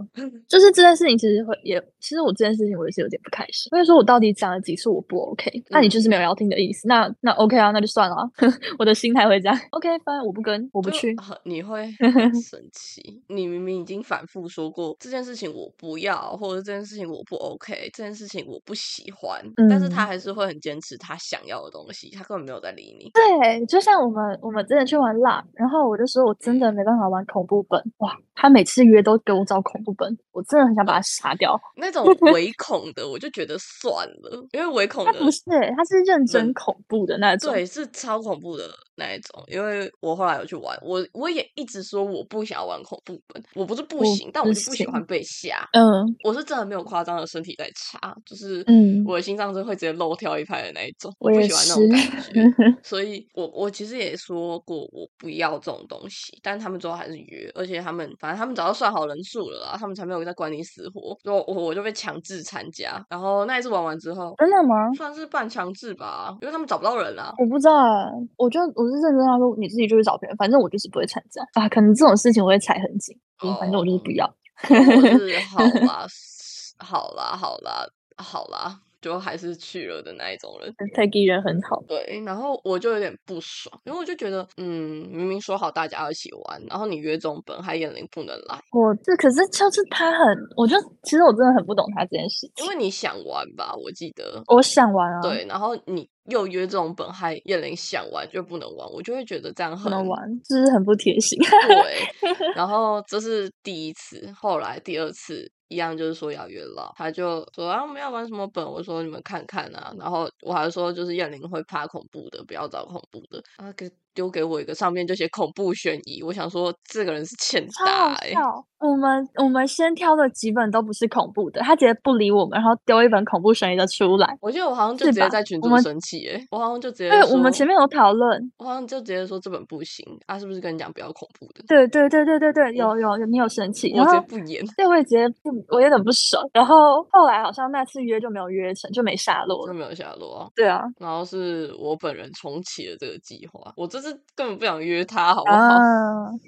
S2: 就是这件事情其实会也，其实我这件事情我也是有点不开心。因为说我到底讲了几次我不 OK，那你
S1: 嗯
S2: 就是没有要听的意思，那那 OK 啊，那就算了啊、 [LAUGHS] 我的心态会这样，OK，反正我不跟，我不
S1: 就
S2: 去。
S1: 很你
S2: [LAUGHS]
S1: 会很生气。你明明已经反复说过这件事情我不要，或者这件事情我不 OK，这件事情我不喜欢，但是他
S2: 嗯，
S1: 还是会很坚持他想要的东西，他根本没有在理你。
S2: 对，就像我们我们之前去玩 l 然后我就说我真的
S1: 嗯，
S2: 没办法玩恐怖本，哇，他每次约都给我找恐怖本，我真的很想把他杀掉。
S1: 那种唯恐的，我就觉得算了，因为
S2: [LAUGHS]
S1: 唯恐
S2: 他不
S1: 的
S2: 是、欸，他是认真
S1: 能
S2: 恐怖的那种。
S1: 对，是超恐怖的那一种。因为我后来有去玩，我我也一直说我不想要玩恐怖本，我不是不
S2: 我
S1: 行，但我
S2: 不
S1: 就不喜欢
S2: 行，
S1: 被吓。
S2: 嗯
S1: 我是真的没有夸张的身体在差，就是
S2: 嗯，
S1: 我的心脏真会直接漏跳一拍的那一种，我
S2: 我
S1: 不
S2: 也
S1: 喜欢那
S2: 是，
S1: 种感觉。
S2: [LAUGHS]
S1: 所以我我其实也说过我不要这种东西，但他们最后还是约，而且他们反正他们早就算好人数了啦，他们才没有在管你死活。然后我我就被强制参加，然后那一次玩完之后，
S2: 真的吗？
S1: 算是半强制吧，因为他们找不到人啊。
S2: 我不知道啊，我就我是认真跟他说，你自己就去找别人，反正我就是不会参加啊。可能这种事情我会踩很紧，嗯，反正我就是不
S1: 哦， [LAUGHS]
S2: 要。
S1: 但我是好
S2: [LAUGHS]
S1: 啦，好啦，好啦，好啦，就还是去了的那一种人。
S2: Peggy 人很好，
S1: 对，然后我就有点不爽，因为我就觉得，嗯，明明说好大家要一起玩，然后你约这种本还演零不能来，
S2: 我这可是就是他很，我就其实我真的很不懂他这件事
S1: 因
S2: 情。
S1: 为你想玩吧，我记得，
S2: 我想玩啊，
S1: 对，然后你又约这种本还演零想玩就不能玩，我就会觉得这样
S2: 不
S1: 很
S2: 能玩，就是很不贴心。 [LAUGHS]
S1: [LAUGHS] 对，然后这是第一次，后来第二次一样就是说要约了，他就说啊我们要玩什么本，我说你们看看啊，然后我还说就是燕玲会怕恐怖的，不要找恐怖的，啊给丢给我一个上面就写恐怖悬疑，我想说这个人是欠
S2: 超
S1: 打
S2: 好
S1: 哎、
S2: 笑！我们我们先挑的几本都不是恐怖的，他直接不理我们，然后丢一本恐怖悬疑的出来，
S1: 我记得我好像就是直接
S2: 吧？
S1: 在群
S2: 我
S1: 主
S2: 们
S1: 生气哎、我好像就直接
S2: 对我们前
S1: 说，
S2: 面有讨论，
S1: 我好像就直接说这本不行，啊是不是跟你讲不要恐怖的，
S2: 对对对对对对，
S1: 我
S2: 有有有，你有生气，然
S1: 我直接
S2: 后
S1: 不演，
S2: 对我也觉得不，我有点不爽，然后后来好像那次约就没有约成，就没下落
S1: 就
S2: 了。
S1: 没有下落啊。
S2: 对啊，
S1: 然后是我本人重启了这个计划，我这次根本不想约他，好不好？
S2: 啊，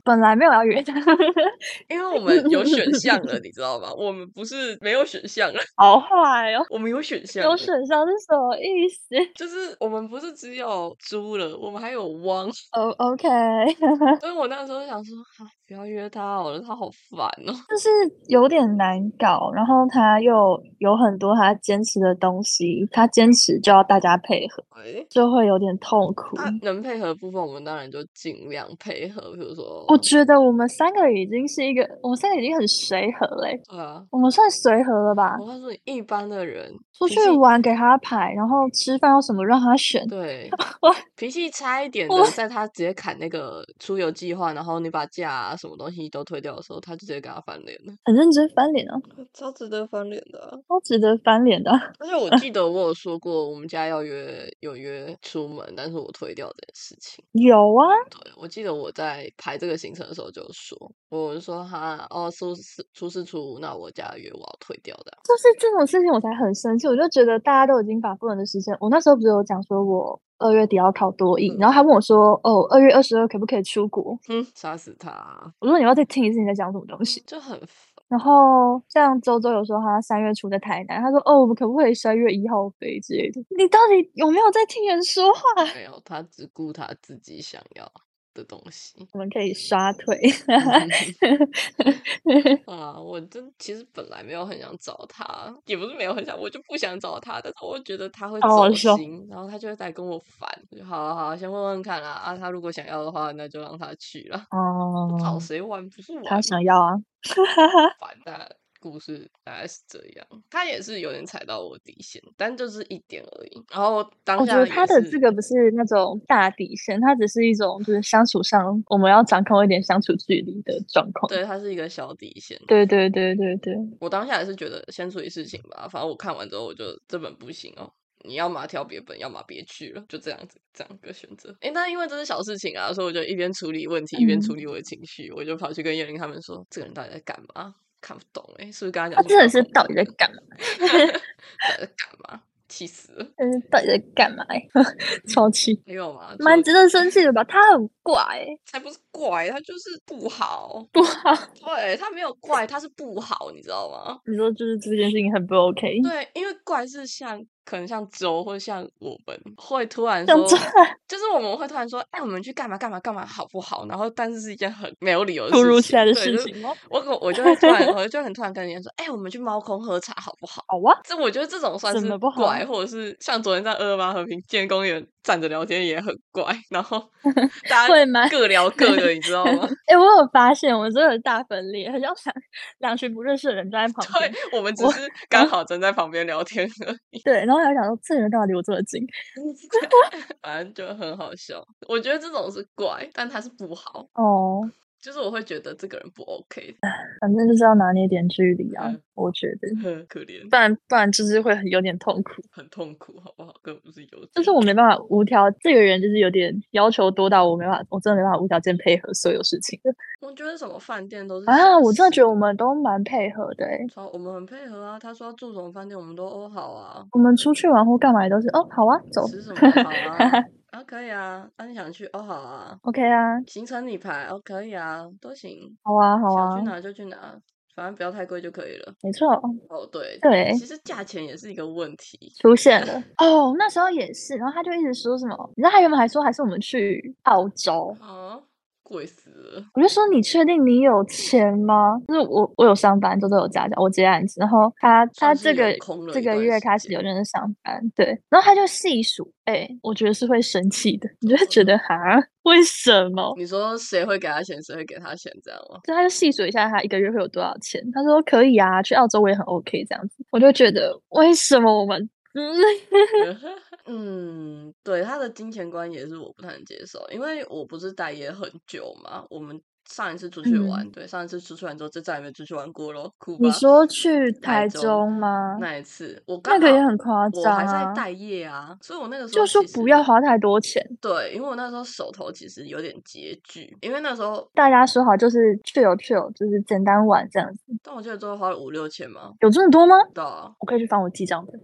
S2: 本来没有要约的，
S1: 因为我们有选项
S2: [LAUGHS]
S1: 了，你知道吗？我们不是没有选项了，
S2: 好坏哦，
S1: 我们有选项
S2: 有
S1: 了，
S2: 选项是什么意思？
S1: 就是我们不是只有猪了，我们还有
S2: [LAUGHS]
S1: 汪。
S2: 哦，OK，
S1: 所以我那时候就想说，啊，不要约他好了，他好烦哦。
S2: 就是有点难搞，然后他又有很多他坚持的东西，他坚持就要大家配合，
S1: 哎，
S2: 就会有点痛苦。
S1: 他啊能配合的部分，我们当然就尽量配合，比如
S2: 我
S1: 说，
S2: 觉得我们三个已经是一个，我们三个已经很随和嘞，
S1: 对啊，
S2: 我们算随和了吧？
S1: 我告诉你，一般的人
S2: 出
S1: 脾
S2: 去
S1: 气
S2: 玩给他排，然后吃饭要什么让他选。
S1: [LAUGHS] 对，
S2: 我
S1: 脾气差一点
S2: 我
S1: 的，在他直接砍那个出游计划，然后你把假啊什么东西都推掉的时候，他就直接跟他翻脸了，
S2: 很认真翻脸啊，
S1: 超值得翻脸的啊、
S2: 超值得翻脸的 [LAUGHS] 啊。
S1: 而且我记得我有说过，我们家要约有约出门，但是我推掉这件事情。
S2: 有啊，
S1: 对，我记得我在排这个行程的时候就有说，我就说哈，哦，初四初四初五，那我家约我要推掉的。
S2: 就是这种事情我才很生气，我就觉得大家都已经把不能的时间，我那时候不是有讲说我二月底要考多艺，然后
S1: 嗯
S2: 他问我说，哦，二月二十二可不可以出国？
S1: 哼，杀死他啊，
S2: 我说你要再听一次你在讲什么东西。
S1: 就很烦。
S2: 然后像周周有说他三月初在台南，他说哦，我们可不可以三月一号飞之类的？你到底有没有在听人说话？
S1: 没有，他只顾他自己想要的东西。
S2: 我们可以刷腿。
S1: [LAUGHS]
S2: 嗯 [LAUGHS]
S1: 啊，我真其实本来没有很想找他，也不是没有很想，我就不想找他，但是我又觉得他会
S2: 好好
S1: 走
S2: 笑，
S1: 心，然后他就会来跟我烦，我就好啊好啊，先问问看啦，啊，他如果想要的话，那就让他去啦， [LAUGHS] 我找
S2: 哦，
S1: 谁玩不是
S2: 他
S1: 玩，
S2: 想要啊，
S1: 烦那故事大概是这样，他也是有点踩到我底线，但就是一点而已，然后当
S2: 我觉得
S1: 下
S2: 哦他
S1: 也
S2: 的这
S1: 是。
S2: 个不是那种大底线，他只是一种就是相处上我们要掌控一点相处距离的状况。
S1: 对，他是一个小底线。
S2: 对对对对对，
S1: 我当下也是觉得先处理事情吧，反正我看完之后我就这本不行哦，你要么挑别本，要么别去了，就这样子，这样一个选择。诶，那因为这是小事情啊，所以我就一边处理问题，一边处
S2: 嗯
S1: 理我的情绪，我就跑去跟叶玲他们说，这个人到底在干嘛？看不懂诶，是不是跟他讲说
S2: 他哦真
S1: 不要
S2: 的是
S1: 碰
S2: 到
S1: 这个
S2: 底在
S1: 人
S2: 干嘛？
S1: 到底在干嘛？气死了！
S2: 真是到底在干嘛、欸？ [LAUGHS] 超气，
S1: 没有嘛，
S2: 蛮
S1: 就
S2: 值得生气的吧？他很怪、欸，
S1: 才不是怪，他就是不好。
S2: 不好。
S1: 对他没有怪，他是不好，你知道吗？
S2: 你说就是这件事情很不 OK，
S1: 对，因为怪是像可能像周或者像我们会突然
S2: 像
S1: 说
S2: 周，
S1: [LAUGHS] 就是我们会突然说，哎，我们去干嘛干嘛干嘛好不好？然后但是是一件很没有理由的
S2: 突如
S1: 事
S2: 其来的
S1: 对
S2: 事
S1: 就是
S2: 情哦。
S1: 我可我就会突
S2: [LAUGHS]
S1: 然，我就很突然跟人家说，哎，我们去猫空喝茶好不好？
S2: 好啊，
S1: 这我觉得这种算
S2: 怎
S1: 是
S2: 么不好
S1: 怪，或者是像昨天在二二八和平建公园站着聊天也很怪，然
S2: [LAUGHS]
S1: 后大
S2: 会
S1: 家
S2: 吗
S1: 各聊各的，你知道吗？ [LAUGHS]
S2: 哎、我有发现，我真的大分裂，很像两两群不认识的人站在旁边 [LAUGHS]
S1: 对，，我们只
S2: 我
S1: 是刚好站在旁边聊天而已。
S2: 对，然后还想说这人到底离我这么近， [LAUGHS]
S1: 反正就很好笑。我觉得这种是怪，但他是不好，
S2: 哦，
S1: 就是我会觉得这个人不 OK，
S2: 反正就是要拿捏点距离啊
S1: 嗯，
S2: 我觉得，
S1: 很可怜，
S2: 不然不然就是会很有点痛苦，
S1: 很痛苦，好不好？根本不是有趣，
S2: 就是我没办法无条，这个人就是有点要求多到我没办法，我真的没办法无条件配合所有事情的
S1: 我觉得什么饭店都是
S2: 啊，
S1: 小
S2: 我真的觉
S1: 事
S2: 得我们都蛮配合的、欸，
S1: 超我们很配合啊。他说要住什么饭店，我们都哦好啊，
S2: 我们出去玩或干嘛也都是哦，好啊，走
S1: 吃什么好
S2: [LAUGHS]
S1: 啊，啊可以啊，啊你想去哦好啊，
S2: ，OK 啊，
S1: 行程你排哦可以啊，都行，
S2: 好啊，好
S1: 想
S2: 啊
S1: 去，哪就去哪，反正不要太贵就可以了。
S2: 没错，
S1: 哦对
S2: 对
S1: 其实价钱也是一个问题，
S2: 出现了哦，那时候也是，然后他就一直说什么，你知道他原本还说还是我们去澳洲，
S1: 啊，贵死了。
S2: 我就说你确定你有钱吗？就是我我有上班，这都有家教，我接案子，然后他他
S1: 算是
S2: 这
S1: 有
S2: 个
S1: 空了
S2: 这
S1: 一
S2: 个
S1: 段
S2: 月
S1: 时
S2: 开始
S1: 间
S2: 有认真上班，对，然后他就细数，哎、我觉得是会生气的，你就会觉得哈，为什么？
S1: 你说谁会给他钱，谁会给他钱，这样
S2: [LAUGHS]
S1: 吗？
S2: 就他就细数一下他一个月会有多少钱，他说可以啊，去澳洲我也很 OK 这样子，我就觉得为什么我们嗯
S1: 嗯，对，他的金钱观也是我不太能接受，因为我不是待业很久嘛，我们。上一次出去玩，对，上一次出去玩之后，就再也没出去玩过咯。哭吧。
S2: 嗯你说去台
S1: 中
S2: 中吗？
S1: 那一次，我刚
S2: 那个也
S1: 好
S2: 很夸
S1: 我
S2: 张
S1: 还在
S2: 啊
S1: 待业啊，所以我那个时候
S2: 就说
S1: 其
S2: 不
S1: 实
S2: 要花太多钱，
S1: 对，因为我那时候手头其实有点拮据，因为那时候，
S2: 大家说好就是去游去游，就是简单玩这样子，
S1: 但我记得最后花了五六千嘛，
S2: 有这么多吗？
S1: 对啊
S2: [LAUGHS]
S1: [LAUGHS]
S2: 我可以去翻我记账本。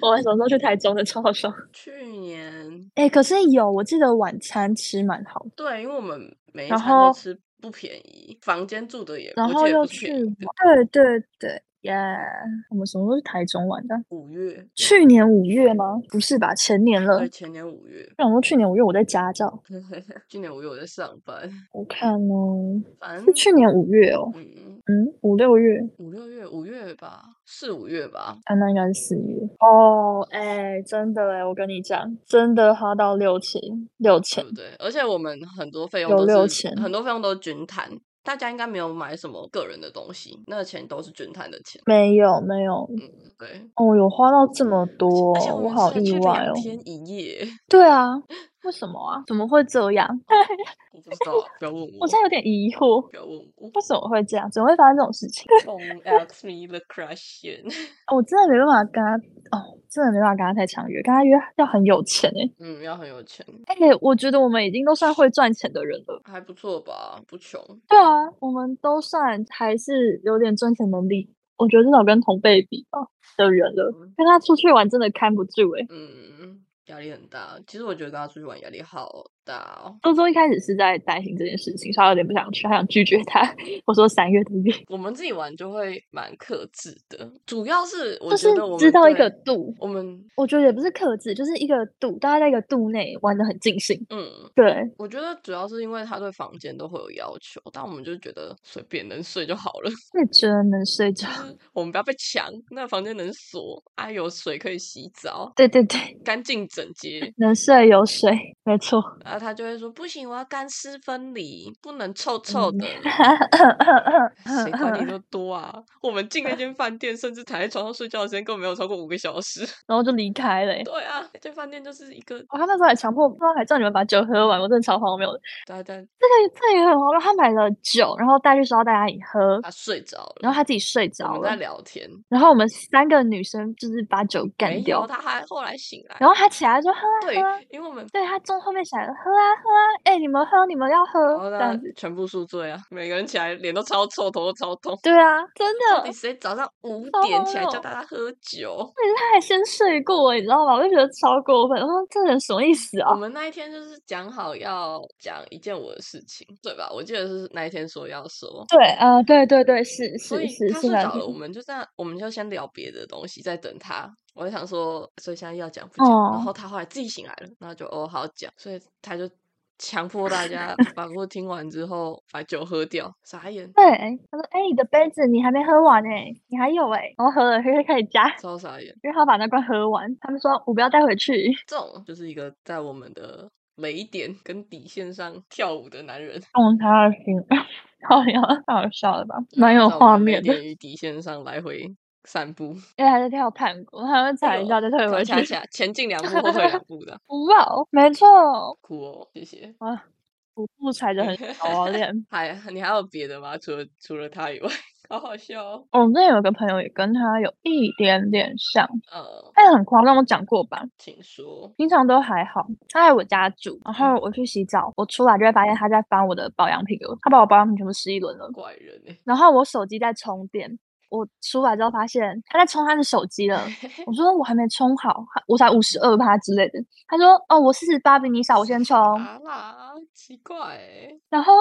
S2: 我们什么时候去台中的？超好笑。
S1: 去年
S2: 哎、可是有，我记得晚餐吃蛮好的，
S1: 对，因为我们每一
S2: 然
S1: 餐都
S2: 后
S1: 吃不便宜，房间住的也，
S2: 然
S1: 我记
S2: 后
S1: 得也
S2: 又
S1: 不是
S2: 去
S1: 便宜。
S2: 玩，对对对，耶、我们什么时候去台中玩的？
S1: 五月，
S2: 去年五月吗？不是吧，前年了。
S1: 对，前年五月， [LAUGHS]
S2: 不然我去年五月我在家教，
S1: 去年五月我在上班，
S2: 我看哦，
S1: 嗯反
S2: 是
S1: 正
S2: 去年五月哦，
S1: 嗯
S2: 嗯，五六月
S1: 五六月五月吧，四五月吧，
S2: 啊，那应该是四月哦，哎、真的哎，我跟你讲，真的花到六千六
S1: 对
S2: 千
S1: 不，对？而且我们很多费用
S2: 有
S1: 都
S2: 六
S1: 是
S2: 千
S1: 很多费用都是均摊，大家应该没有买什么个人的东西，那个钱都是均摊的钱。
S2: 没有没有，
S1: 对，
S2: 哦，有花到这么多
S1: 而且
S2: 哦，
S1: 我们
S2: 好
S1: 是
S2: 意
S1: 去
S2: 外
S1: 两
S2: 哦。
S1: 天一夜，
S2: 对啊，为什么啊？怎么会这样？
S1: 我不知道啊，不要问我，
S2: 我现在有点疑惑，
S1: 不要问我
S2: 为什么会这样？怎么会发生这种事情？
S1: ，Don't ask me the question。 [LAUGHS]
S2: 我真的没办法跟他，哦，真的没办法跟他太强约，跟他约要很有钱哎、
S1: 嗯，要很有钱，
S2: 欸。哎、我觉得我们已经都算会赚钱的人了。
S1: 还不错吧？不穷。
S2: 对啊，我们都算还是有点赚钱能力，我觉得至少跟同辈比吧的人了
S1: 嗯。
S2: 跟他出去玩真的看不住哎、
S1: [LAUGHS] 嗯，压力很大。其实我觉得跟他出去玩压力好大哦。
S2: 周周一开始是在担心这件事情，所以他有点不想去，他想拒绝他。 [LAUGHS] 我说三月的月，
S1: 我们自己玩就会蛮克制的，主要是我
S2: 就是
S1: 觉得我们
S2: 知道一
S1: 对
S2: 个度，
S1: 我们
S2: 我觉得也不是克制，就是一个度，大家在一个度内玩的很尽兴。
S1: 嗯，
S2: 对，
S1: 我觉得主要是因为他对房间都会有要求，但我们就觉得随便能睡就好了， [LAUGHS]
S2: 会觉得能睡着
S1: 就。是我们不要被抢，那房间能锁，啊有水可以洗澡，
S2: [LAUGHS] 对对对，
S1: 干净整洁 [LAUGHS]
S2: 能睡有水，没错。
S1: 啊，后他就会说不行，我要干湿分离，不能臭臭
S2: 嗯
S1: 的。
S2: [LAUGHS]
S1: [LAUGHS] 谁管你那么多啊？我们进那间饭店，甚至躺在床上睡觉的时间根本没有超过五个小时。 [LAUGHS]
S2: 然后就离开了欸、
S1: 对啊，那间饭店就是一个
S2: 哦，他那时候还强迫，不知道还叫你们把酒喝完，我真的超荒谬的。
S1: 大家
S2: 这个这也很荒谬，他买了酒，然后带去烧大家一起喝，
S1: 他哦睡着
S2: 然
S1: 了，
S2: 后他自己睡
S1: 我
S2: 着
S1: 们在
S2: 了，
S1: 聊天，
S2: 然后我们三个女生就是把酒
S1: 没
S2: 干
S1: 有
S2: 掉，
S1: 他还后来醒来，
S2: 然后他起来就喝啊
S1: 对
S2: 喝啊，，
S1: 因为我们
S2: 对他中后面起来了喝啊喝啊，哎、你们喝你们要
S1: 然
S2: 喝
S1: 后
S2: 这
S1: 他
S2: 样子，
S1: 全部宿醉啊，每个人起来脸都超臭，头都超
S2: [LAUGHS]
S1: 痛。
S2: 对啊，真
S1: 到
S2: 的
S1: 底，谁早上五
S2: 超
S1: 点
S2: 荒
S1: 起来叫
S2: 谬
S1: 大家喝酒？
S2: 他还先睡过，你知道吗？我就觉得超过分，我说这人什么意思
S1: 我
S2: 啊？
S1: 们那一天就是讲好要讲一件我的事情，对吧？我记得是那一天说要说，
S2: 对啊、对对对，是
S1: 所
S2: 是
S1: 以
S2: 是
S1: 他
S2: 是啊嗯
S1: 睡
S2: 那
S1: 着
S2: 天
S1: 了，我们就这样，我们就先聊别的东西，再等他。我就想说，所以现在要讲不讲？然
S2: 哦
S1: 后他后来自己醒来了，然后就哦好讲，所以他就强迫
S2: [LAUGHS]
S1: 大家把歌听完之后把酒喝掉，傻眼，
S2: 对，他说：“哎、你的杯子你还没喝完呢、你还有哎、然后喝了，嘿嘿，开始加，
S1: 超傻眼。
S2: 因为他把那罐喝完。他们说我不要带回去，
S1: 这种就是一个在我们的雷点跟底线上跳舞的男人，
S2: 动他的心， [LAUGHS] 好呀，太好笑了吧，
S1: 就是
S2: 蛮有
S1: 在我们
S2: 画
S1: 雷
S2: 面的。
S1: 点与底线上来回散
S2: [LAUGHS]
S1: 步。
S2: 因为还在跳探戈， [LAUGHS] 他会踩一
S1: 呦
S2: 下再退
S1: 跳
S2: 回
S1: 恰
S2: 去。
S1: 恰前进两步后退
S2: [LAUGHS]
S1: 两步的，
S2: 哇，哦没 [LAUGHS] 错，
S1: 酷哦，谢谢。
S2: 啊，舞步踩 [LAUGHS] 的很熟啊练。
S1: 还你还有别的吗？除了除了他以外， [LAUGHS] 好好笑哦。
S2: 我们这有个朋友也跟他有一点点像，
S1: 呃，
S2: 他也很夸张，我讲过吧？
S1: 请说。
S2: 平常都还好，他来我家住，然后我去洗澡，我出来就会发现他在翻我的保养品了，他把我保养品全部湿一轮了。
S1: 怪人哎、
S2: 然后我手机在充电，我出来之后发现他在充他的手机 [LAUGHS] 了。我说我还没充好，我才五十二趴之类的。他说哦，我四十八比你少，我先充。
S1: 啊啦，奇怪哎、
S2: 然后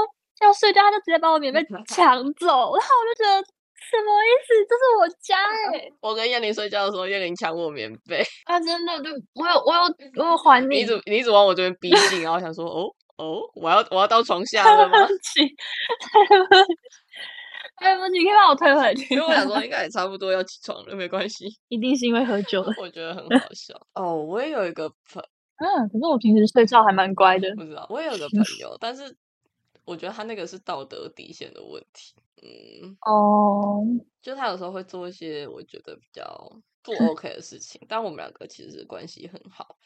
S2: 要睡觉，他就直接把我棉 [LAUGHS] 被抢走，然后我就觉得什么意思？这是我 [LAUGHS] 家哎、
S1: 我跟燕玲睡觉的时候，燕玲抢我棉被，
S2: 他真的就我有我有我有还
S1: 你一
S2: [LAUGHS] 你，
S1: 直你一直往我这边逼近，然后我想说哦哦，我要我要到床下了吗？ [LAUGHS]
S2: 不起，对不起，对不起，你可以把我推回去
S1: 因为我想
S2: 吗。
S1: 说应该也差不多要起床了，没关系。 [LAUGHS]
S2: 一定是因为喝酒了。
S1: 我觉得很好笑哦。我也有一个朋
S2: 嗯，可是我平时睡觉还蛮乖的。
S1: 不知道，我也有个朋友，但是我觉得他那个是道德底线的问题。嗯，
S2: 哦，
S1: 就他有时候会做一些我觉得比较不 OK 的事情，但我们两个其实关系很好。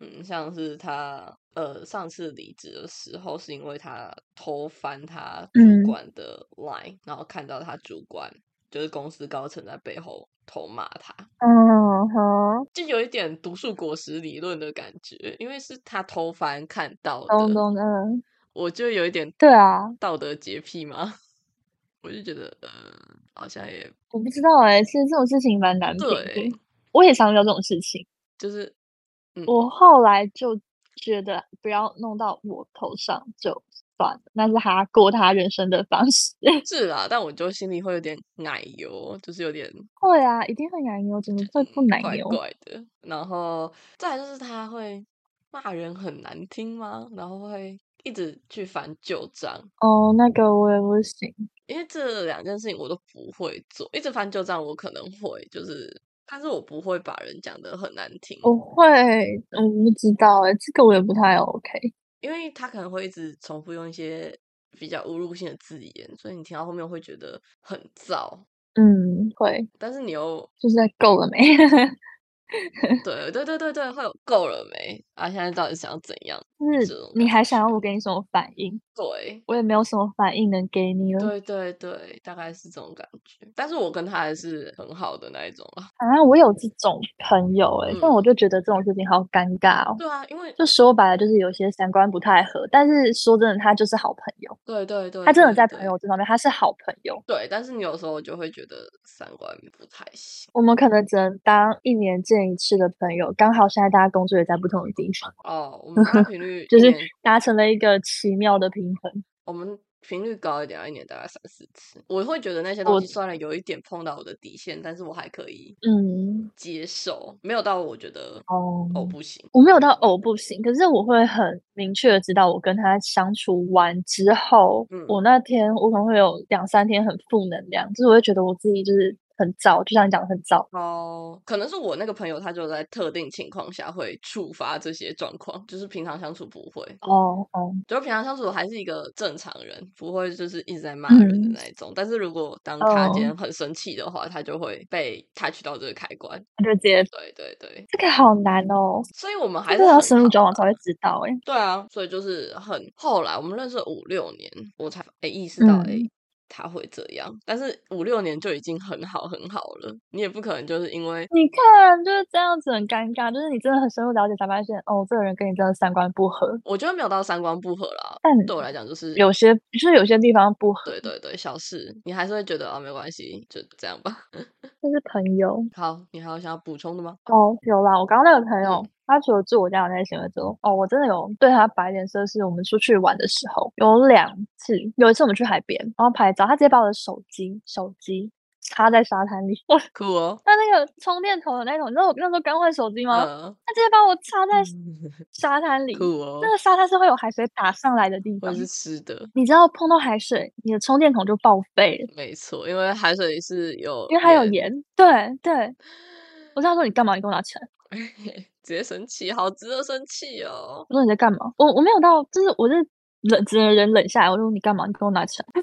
S1: 嗯，像是他呃上次离职的时候，是因为他偷翻他主
S2: 嗯
S1: 管的 line，、然后看到他主管就是公司高层在背后偷骂他，
S2: 嗯哼，
S1: 就有一点毒树果实理论的感觉，因为是他偷翻看到的，
S2: 懂懂嗯，
S1: 我就有一点
S2: 对啊，
S1: 道德洁癖嘛， [LAUGHS] 我就觉得呃，好像也
S2: 我不知道哎、其实这种事情蛮难评
S1: 对
S2: 的。，我也常遇到这种事情，
S1: 就是嗯
S2: 我后来就觉得不要弄到我头上就算了，那是他过他人生的方式。 [LAUGHS]
S1: 是啦，但我就心里会有点奶油，就是有点
S2: 会啊，一定会奶油，怎么会不
S1: 嗯
S2: 奶
S1: 怪
S2: 油？
S1: 怪的。然后再来就是他会骂人很难听吗？然后会一直去翻旧账，
S2: 哦，那个我也不行。
S1: 因为这两件事情我都不会做，一直翻旧账我可能会就是。但是我不会把人讲得很难听，
S2: 我会，我不知道哎、这个我也不太 OK。
S1: 因为他可能会一直重复用一些比较侮辱性的字眼，所以你听到后面会觉得很燥，
S2: 嗯，会，
S1: 但是你
S2: [LAUGHS]
S1: 又
S2: 就是在够了没？ [LAUGHS]
S1: 对对对对对，会有够了没啊？现在到底想要怎样？这
S2: 就是
S1: 种
S2: 你
S1: 感
S2: 还想要
S1: 觉
S2: 我给你什么反应？
S1: 对
S2: 我也没有什么反应能给你了
S1: 对对对，大概是这种感觉。但是我跟他还是很好的那一种啊。 [LAUGHS]
S2: 啊！我有这种朋友哎、但我
S1: 嗯
S2: 就觉得这种事情好尴尬哦。
S1: 对啊，因为
S2: 就说白了，就是有些三观不太合，但是说真的，他就是好朋友，
S1: 对对对，
S2: 他真的
S1: 对
S2: 在
S1: 对
S2: 朋友这方面他是好朋友。
S1: 对，但是你有时候就会觉得三观不太行
S2: 我们可能只能当一年见一次的朋友，刚好现在大家工作也在不同的地方，
S1: 哦。我们大概频率
S2: [LAUGHS] 就
S1: 一
S2: 是
S1: 年
S2: 达成了一个奇妙的平衡。
S1: 我们频率高一点啊，一年大概三四次。我会觉得那些东
S2: 我
S1: 西虽然有一点碰到我的底线，但是我还可以
S2: 嗯，
S1: 接受，没有到我觉得
S2: 哦、
S1: 哦不行。
S2: 我没有到偶不行，可是我会很明确的知道，我跟他相处完之后，
S1: 嗯
S2: 我那天我可能会有两三天很负能量，就是我会觉得我自己就是很燥，就像你讲的很燥。
S1: 哦，可能是我那个朋友，他就在特定情况下会触发这些状况，就是平常相处不会，
S2: 哦哦，
S1: 就是平常相处还是一个正常人，不会就是一直在骂人的
S2: 嗯
S1: 那一种。但是如果当他今
S2: 哦
S1: 天很生气的话，他就会被 touch 到这个开关。
S2: 他就直接
S1: 对对对，
S2: 这个好难哦，
S1: 所以我们还是
S2: 这个要
S1: 很啊
S2: 深入
S1: 好
S2: 交往才
S1: 啦
S2: 会知道哎、
S1: 对啊，所以就是很后来我们认识了五六年，我才诶意识到诶
S2: 嗯
S1: 他会这样，但是五六年就已经很好很好了，你也不可能就是因为
S2: 你看就是这样子很尴尬，就是你真的很深入了解才发现，哦，这个人跟你真的三观不合，
S1: 我觉得没有到三观不合啦，
S2: 但
S1: 对我来讲就是
S2: 有些就是有些地方不合，
S1: 对对对小事，你还是会觉得啊没关系，就这样吧。 [LAUGHS]
S2: 这是朋友
S1: 好，你还有想要补充的吗？
S2: 哦，有啦，我刚刚那个朋友
S1: 嗯，
S2: 他除了住我家有那些行为之后，哦，我真的有对他摆脸色，是我们出去玩的时候有两次，有一次我们去海边，然后拍照，他直接把我的手机手机插在沙滩里， [LAUGHS] 我
S1: 酷哦，
S2: 他那个充电头的那种，你知道我那时候刚换手机吗？
S1: 嗯，
S2: 他直接把我插在
S1: 嗯
S2: 沙滩里，
S1: 酷哦
S2: 那，个沙滩是会有海水打上来的地
S1: 或
S2: 方
S1: 者，是吃的，
S2: 你知道碰到海水，你的充电孔就报废了，
S1: 没错，因为海水是有
S2: 因为它有盐。对对，我这样说你干嘛？你给我拿起来。
S1: 盐，直接生气，好值得生气哦。
S2: 我说你在干嘛？我我没有到，就是我是冷，整个人冷下来。我说你干嘛？你给我拿起来。 [LAUGHS]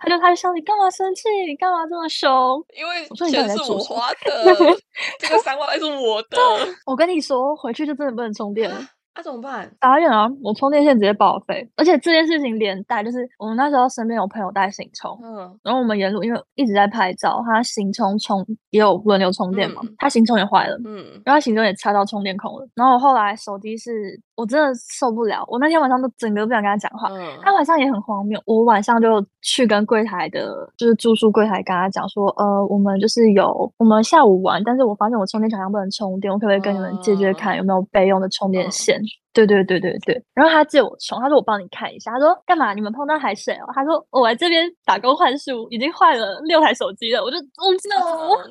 S2: 他就他就笑你干嘛生气？你干嘛这么凶？
S1: 因为
S2: 我说你到
S1: 钱
S2: 底在
S1: 是
S2: 做
S1: 我
S2: 什么
S1: 花的，这个三万块是我的，啊
S2: 我跟你说，回去就真的不能充电了。
S1: 那怎么办？
S2: 打眼啊！我充电线直接报废，而且这件事情连带就是我们那时候身边有朋友带行充，
S1: 嗯，
S2: 然后我们沿路因为一直在拍照，他行充充也有轮流充电嘛，
S1: 嗯
S2: 他行充也坏了，
S1: 嗯，
S2: 然后行充也插到充电孔了。然后我后来手机是我真的受不了，我那天晚上都整个不想跟他讲话。
S1: 嗯，
S2: 他晚上也很荒谬，我晚上就去跟柜台的，就是住宿柜台跟他讲说，呃，我们就是有我们下午玩，但是我发现我充电好像不能充电，我可不可以跟你们借借看有没有备用的充电
S1: 哦嗯
S2: 线？对对对对对。然后他借我充，他说我帮你看一下，他说干嘛？你们碰到海水哦？他说我来这边打工换宿，已经换了六台手机了，我就哦 no。
S1: 好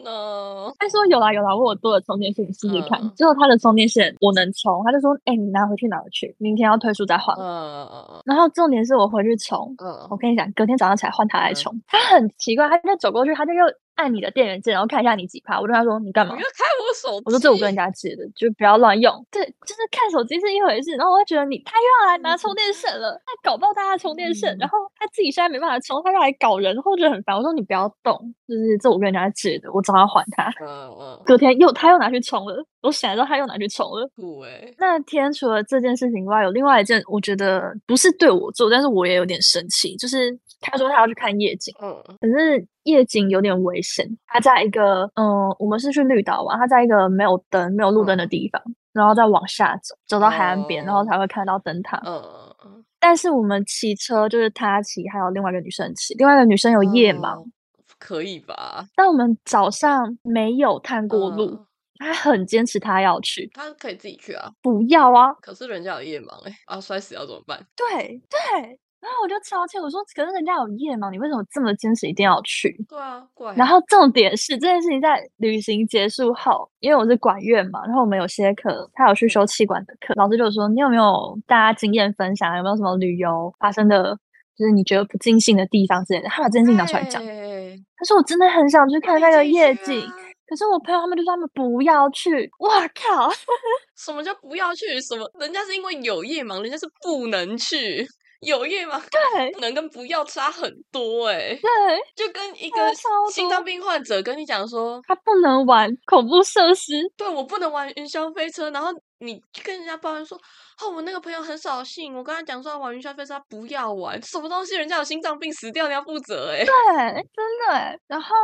S1: 呢，
S2: 他说有啦有啦，我有多的充电线，你试试看。
S1: 嗯
S2: 结果他的充电线我能充，他就说：“哎、你拿回去拿回去，明天要退出再换。
S1: 嗯
S2: 然后重点是我回去充，
S1: 嗯
S2: 我
S1: 嗯，
S2: 跟你讲，隔天早上起来换他来
S1: 嗯
S2: 充，他很奇怪，他就走过去，他就又按你的电源键，然后看一下你几趴。我就跟他说你干嘛
S1: 不嗯要？开我手机，
S2: 我说这我跟人家借的，就不要乱用。对，就是看手机是一回事，然后我就觉得你他又要来拿充电线了，他搞爆大家的充电线，然后他自己现在没办法充，他又来搞人，然后我就很烦。我说你不要动，就是这我跟人家借的，我找他还他。
S1: 嗯嗯，
S2: 隔天又他又拿去充了，我醒来之后他又拿去充了。
S1: 酷哎，
S2: 那天除了这件事情以外，有另外一件，我觉得不是对我做，但是我也有点生气。就是他说他要去看夜景，
S1: 嗯
S2: 可是夜景有点危险。他在一个嗯，我们是去绿岛玩，他在一个没有灯、没有路灯的地方，然后再往下走，走到海岸边，然后
S1: 嗯哦
S2: 才会看到灯塔。
S1: 嗯嗯，
S2: 但是我们骑车就是他骑，还有另外一个女生骑，另外一个女生有夜盲，
S1: 哦，可以吧？
S2: 但我们早上没有探过路。
S1: 嗯
S2: 他很坚持他要去，
S1: 他可以自己去啊，
S2: 不要啊！
S1: 可是人家有夜盲哎，啊，摔死要怎么办？
S2: 对对，然后我就超气，我说可是人家有夜盲，你为什么这么坚持一定要去？
S1: 对啊，怪
S2: 然
S1: 啊
S2: 后重点是这件事情在旅行结束后，因为我是管乐嘛，然后我们有些课，他
S1: 嗯
S2: 有去修气管的课，老师就说你有没有大家经验分享，有没有什么旅游发生的，就是你觉得不尽兴的地方之类的，他把这件事情拿出来讲。
S1: 欸哎
S2: 他说我真的很想去看
S1: 你
S2: 那个
S1: 自己
S2: 夜
S1: 去
S2: 景，
S1: 啊
S2: 可是我朋友他们就说他们不要去，哇靠！
S1: 什么叫不要去？什么人家是因为有夜盲，人家是不能去。有夜盲
S2: 对
S1: [LAUGHS] 不能跟不要差很多哎、
S2: 对，
S1: 就跟一
S2: 差
S1: 个
S2: 超
S1: 心脏
S2: 多
S1: 病患者跟你讲说，
S2: 他不能玩恐怖设施，
S1: 对我不能玩云霄飞车，然后你跟人家抱怨说，哦，我那个朋友很扫兴，我跟他讲说要玩云霄飞车，他不要玩，什么东西，人家有心脏病死掉，你要负责哎、
S2: 对，真的欸。然后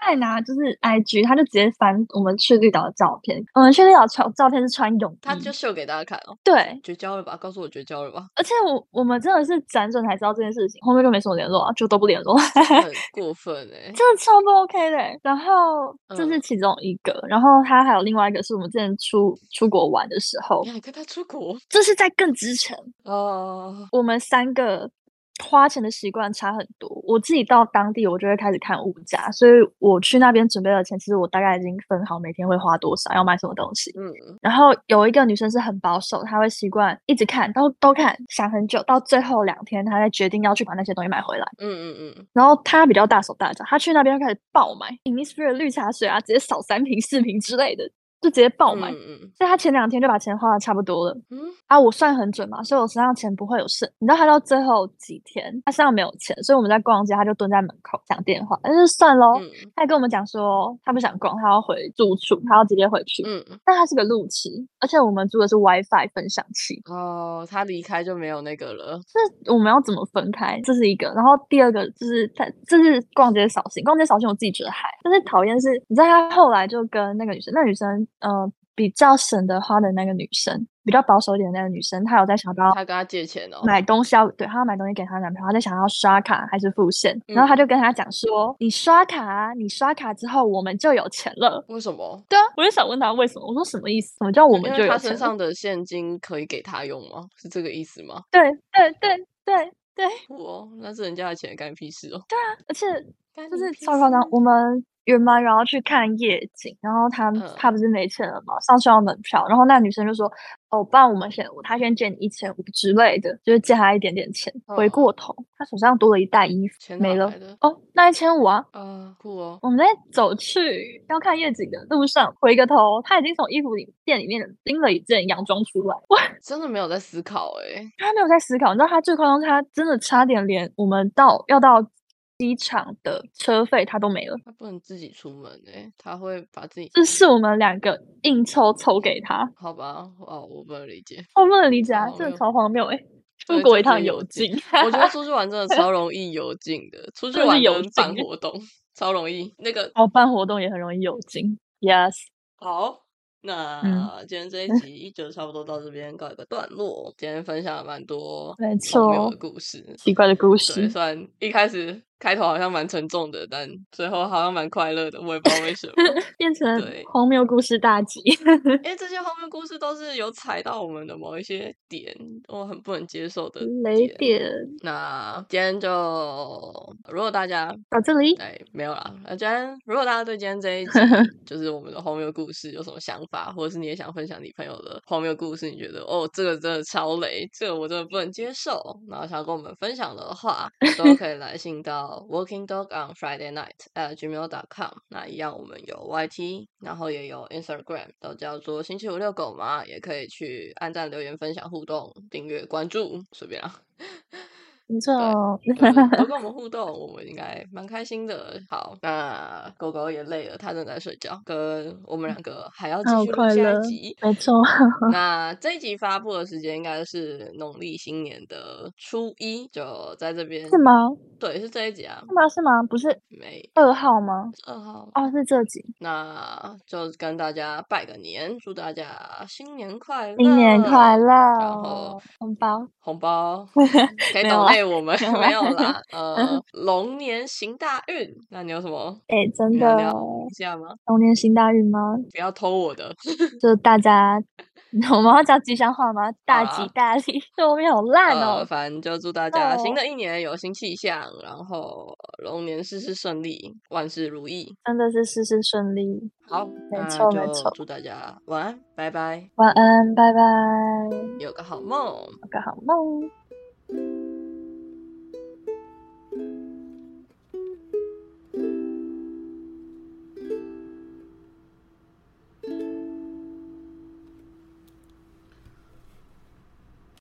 S2: 他还拿就是 IG，他就直接翻我们去绿岛的照片。我们去绿岛穿照片是穿泳
S1: [LAUGHS]
S2: 衣，
S1: 他就秀给大家看哦，
S2: 对。
S1: 绝交了吧，告诉我绝交了吧，
S2: 而且我我们真的是辗转才知道这件事情，后面就没什么联络啊，就都不联络， [LAUGHS]
S1: 很过分哎、
S2: 真的超不 OK 的欸。然后这是
S1: 嗯
S2: 其中一个，然后他还有另外一个是我们之前出出国玩
S1: 嗯
S2: 的时候
S1: 你，还跟他出国
S2: 这是在更之前，
S1: [LAUGHS] 哦，
S2: 我们三个花钱的习惯差很多。我自己到当地，我就会开始看物价，所以我去那边准备的钱，其实我大概已经分好每天会花多少，要买什么东西。
S1: 嗯，
S2: 然后有一个女生是很保守，她会习惯一直看，都都看，想很久，到最后两天，她才决定要去把那些东西买回来。
S1: 嗯嗯嗯，
S2: 然后她比较大手大脚，她去那边就开始爆买 Innisfree 的绿茶水啊，直接少三瓶四瓶之类的，就直接爆买。
S1: 嗯
S2: 所以她前两天就把钱花的差不多了。
S1: 嗯嗯，
S2: 啊，我算很准嘛，所以我身上钱不会有剩。你知道他到最后几天，他身上没有钱，所以我们在逛街，他就蹲在门口讲电话，但是算喽。
S1: 嗯
S2: 他还跟我们讲说，他不想逛，他要回住处，他要直接回去。
S1: 嗯，
S2: 但他是个路痴，而且我们租的是 WiFi 分享器，
S1: 哦，他离开就没有那个了，
S2: 这我们要怎么分开？这是一个。然后第二个就是他，这是逛街扫兴。逛街扫兴我自己觉得还，但是讨厌是，你知道他后来就跟那个女生，那女生呃比较省得花的那个女生，比较保守一点的那个女生，她有在想到
S1: 他跟他借钱哦，
S2: 买东西要对，她要买东西给她男朋友，她在想要刷卡还是付现，然后她就跟他讲说：“你刷卡啊，你刷卡之后我们就有钱了。
S1: 为什么”？
S2: 对啊，我就想问他为什么？我说什么意思？什么叫我们
S1: 因
S2: 就
S1: 为
S2: 有
S1: 嗯他
S2: 钱
S1: 身
S2: 了？
S1: 上的现金可以给他用吗？是这个意思 [LAUGHS] 吗？
S2: 对对对对对，
S1: 我哦那是人家的钱，干你屁事哦！
S2: 而且
S1: 干
S2: 就
S1: 你
S2: 是
S1: 屁
S2: 超夸张
S1: 事。啊
S2: 我们原本然后去看夜景，然后他
S1: 嗯
S2: 他不是没钱了嘛，上去要门票，然后那女生就说：“哦，不然我们先他先借你一千五之类的，就是借他一点点钱。”回
S1: 嗯
S2: 过头，他手上多了一袋衣服，
S1: 钱哪
S2: 没了
S1: 来的？
S2: 哦，那一千五啊。
S1: 啊，酷哦！
S2: 我们在走去要看夜景的路上，回个头，他已经从衣服里店里面拎了一件洋装出来。我
S1: 真的没有在思考哎、
S2: 他没有在思考，你知道他最夸张，他真的差点连我们到要到机场的车费他都没了。
S1: 他不能自己出门哎、他会把自己
S2: 这是我们两个硬凑凑给他，
S1: 好吧？哦，我不能理解。
S2: 我不能理解啊
S1: 荒，
S2: 真的
S1: 谬
S2: 超荒谬哎、出
S1: 哦对
S2: 国
S1: 这真
S2: 一趟
S1: 的
S2: 游
S1: 有
S2: 境
S1: 劲，
S2: [LAUGHS]
S1: 我觉得出去玩真的超容易有劲的，出去
S2: 真的是
S1: 玩
S2: 有
S1: 跟
S2: 劲
S1: 办
S2: 欸
S1: 活动超容易。那个
S2: 然后办活动也很容易有劲。Yes，
S1: 好，
S2: 嗯
S1: 那今天这
S2: [LAUGHS]
S1: 一集就差不多到这边告一个段落。今天分享了蛮多
S2: 没
S1: 荒谬
S2: 错
S1: 的，故事，
S2: 奇怪的故
S1: 对，
S2: [LAUGHS] 事。
S1: 虽然一开始开头好像蛮沉重的，但最后好像蛮快乐的，我也不知道为
S2: [LAUGHS]
S1: 什么。
S2: 变成
S1: 对
S2: 荒谬故事大集，
S1: 因为这些后面故事都是有踩到我们的某一些点，我很不能接受的
S2: [LAUGHS] 雷
S1: 点。
S2: 点
S1: 那今天就，如果大家
S2: 到这里。
S1: 哎没有啦，那今天如果大家对今天这一集就是我们的荒谬故事有什么想法，或者是你也想分享你朋友的荒谬故事，你觉得哦这个真的超雷，这个我真的不能接受，然后想要跟我们分享的话，都可以来信到 Working Dog on Friday Night at gmail.com。那一样，我们有 YT，然后也有 Instagram，都叫做星期五遛狗嘛，也可以去按赞、留言、分享、互动、订阅、关注，随便啦。
S2: 没错，
S1: 就是多跟我们互动，我们应该蛮开心的。好，那狗狗也累了，它正在睡觉，跟我们两个还要继
S2: 好
S1: 续录
S2: 快
S1: 下一
S2: 乐 [LAUGHS]
S1: 集。
S2: 没错，
S1: 那这一集发布的时间应该是农历新年的初一，就在这边
S2: 是？吗？
S1: 对，是这一集啊，
S2: 是吗？是吗？不是
S1: 没
S2: 二号吗？
S1: 二号，
S2: 哦，是这集。
S1: 那就跟大家拜个年，祝大家新年快乐，
S2: 新年快乐！
S1: 然后
S2: 红包，
S1: 红包
S2: [LAUGHS]
S1: 可以
S2: 没有
S1: 懂
S2: 啦
S1: 内我们
S2: 没有啦
S1: 没有啦，
S2: [LAUGHS]
S1: 呃，龙年行大运，那你有什么
S2: 哎、真
S1: 你
S2: 的
S1: 要，聊一下吗？
S2: 龙年行大运吗？
S1: 不要偷我的，
S2: 就大家， [LAUGHS] 我们要讲吉祥话吗？大吉
S1: 啦
S2: 大利， [LAUGHS] 这我们好烂
S1: 啊呃，
S2: 哦。
S1: 反正就祝大家新
S2: 哦
S1: 的一年有新气象，然后龙年事事顺利，万事如意。
S2: 真的是事事顺利。
S1: 好，
S2: 没
S1: 那
S2: 错没
S1: 就
S2: 错
S1: 祝大家晚安，拜拜，
S2: 晚安，拜拜，
S1: 有个好梦。
S2: 有个好梦。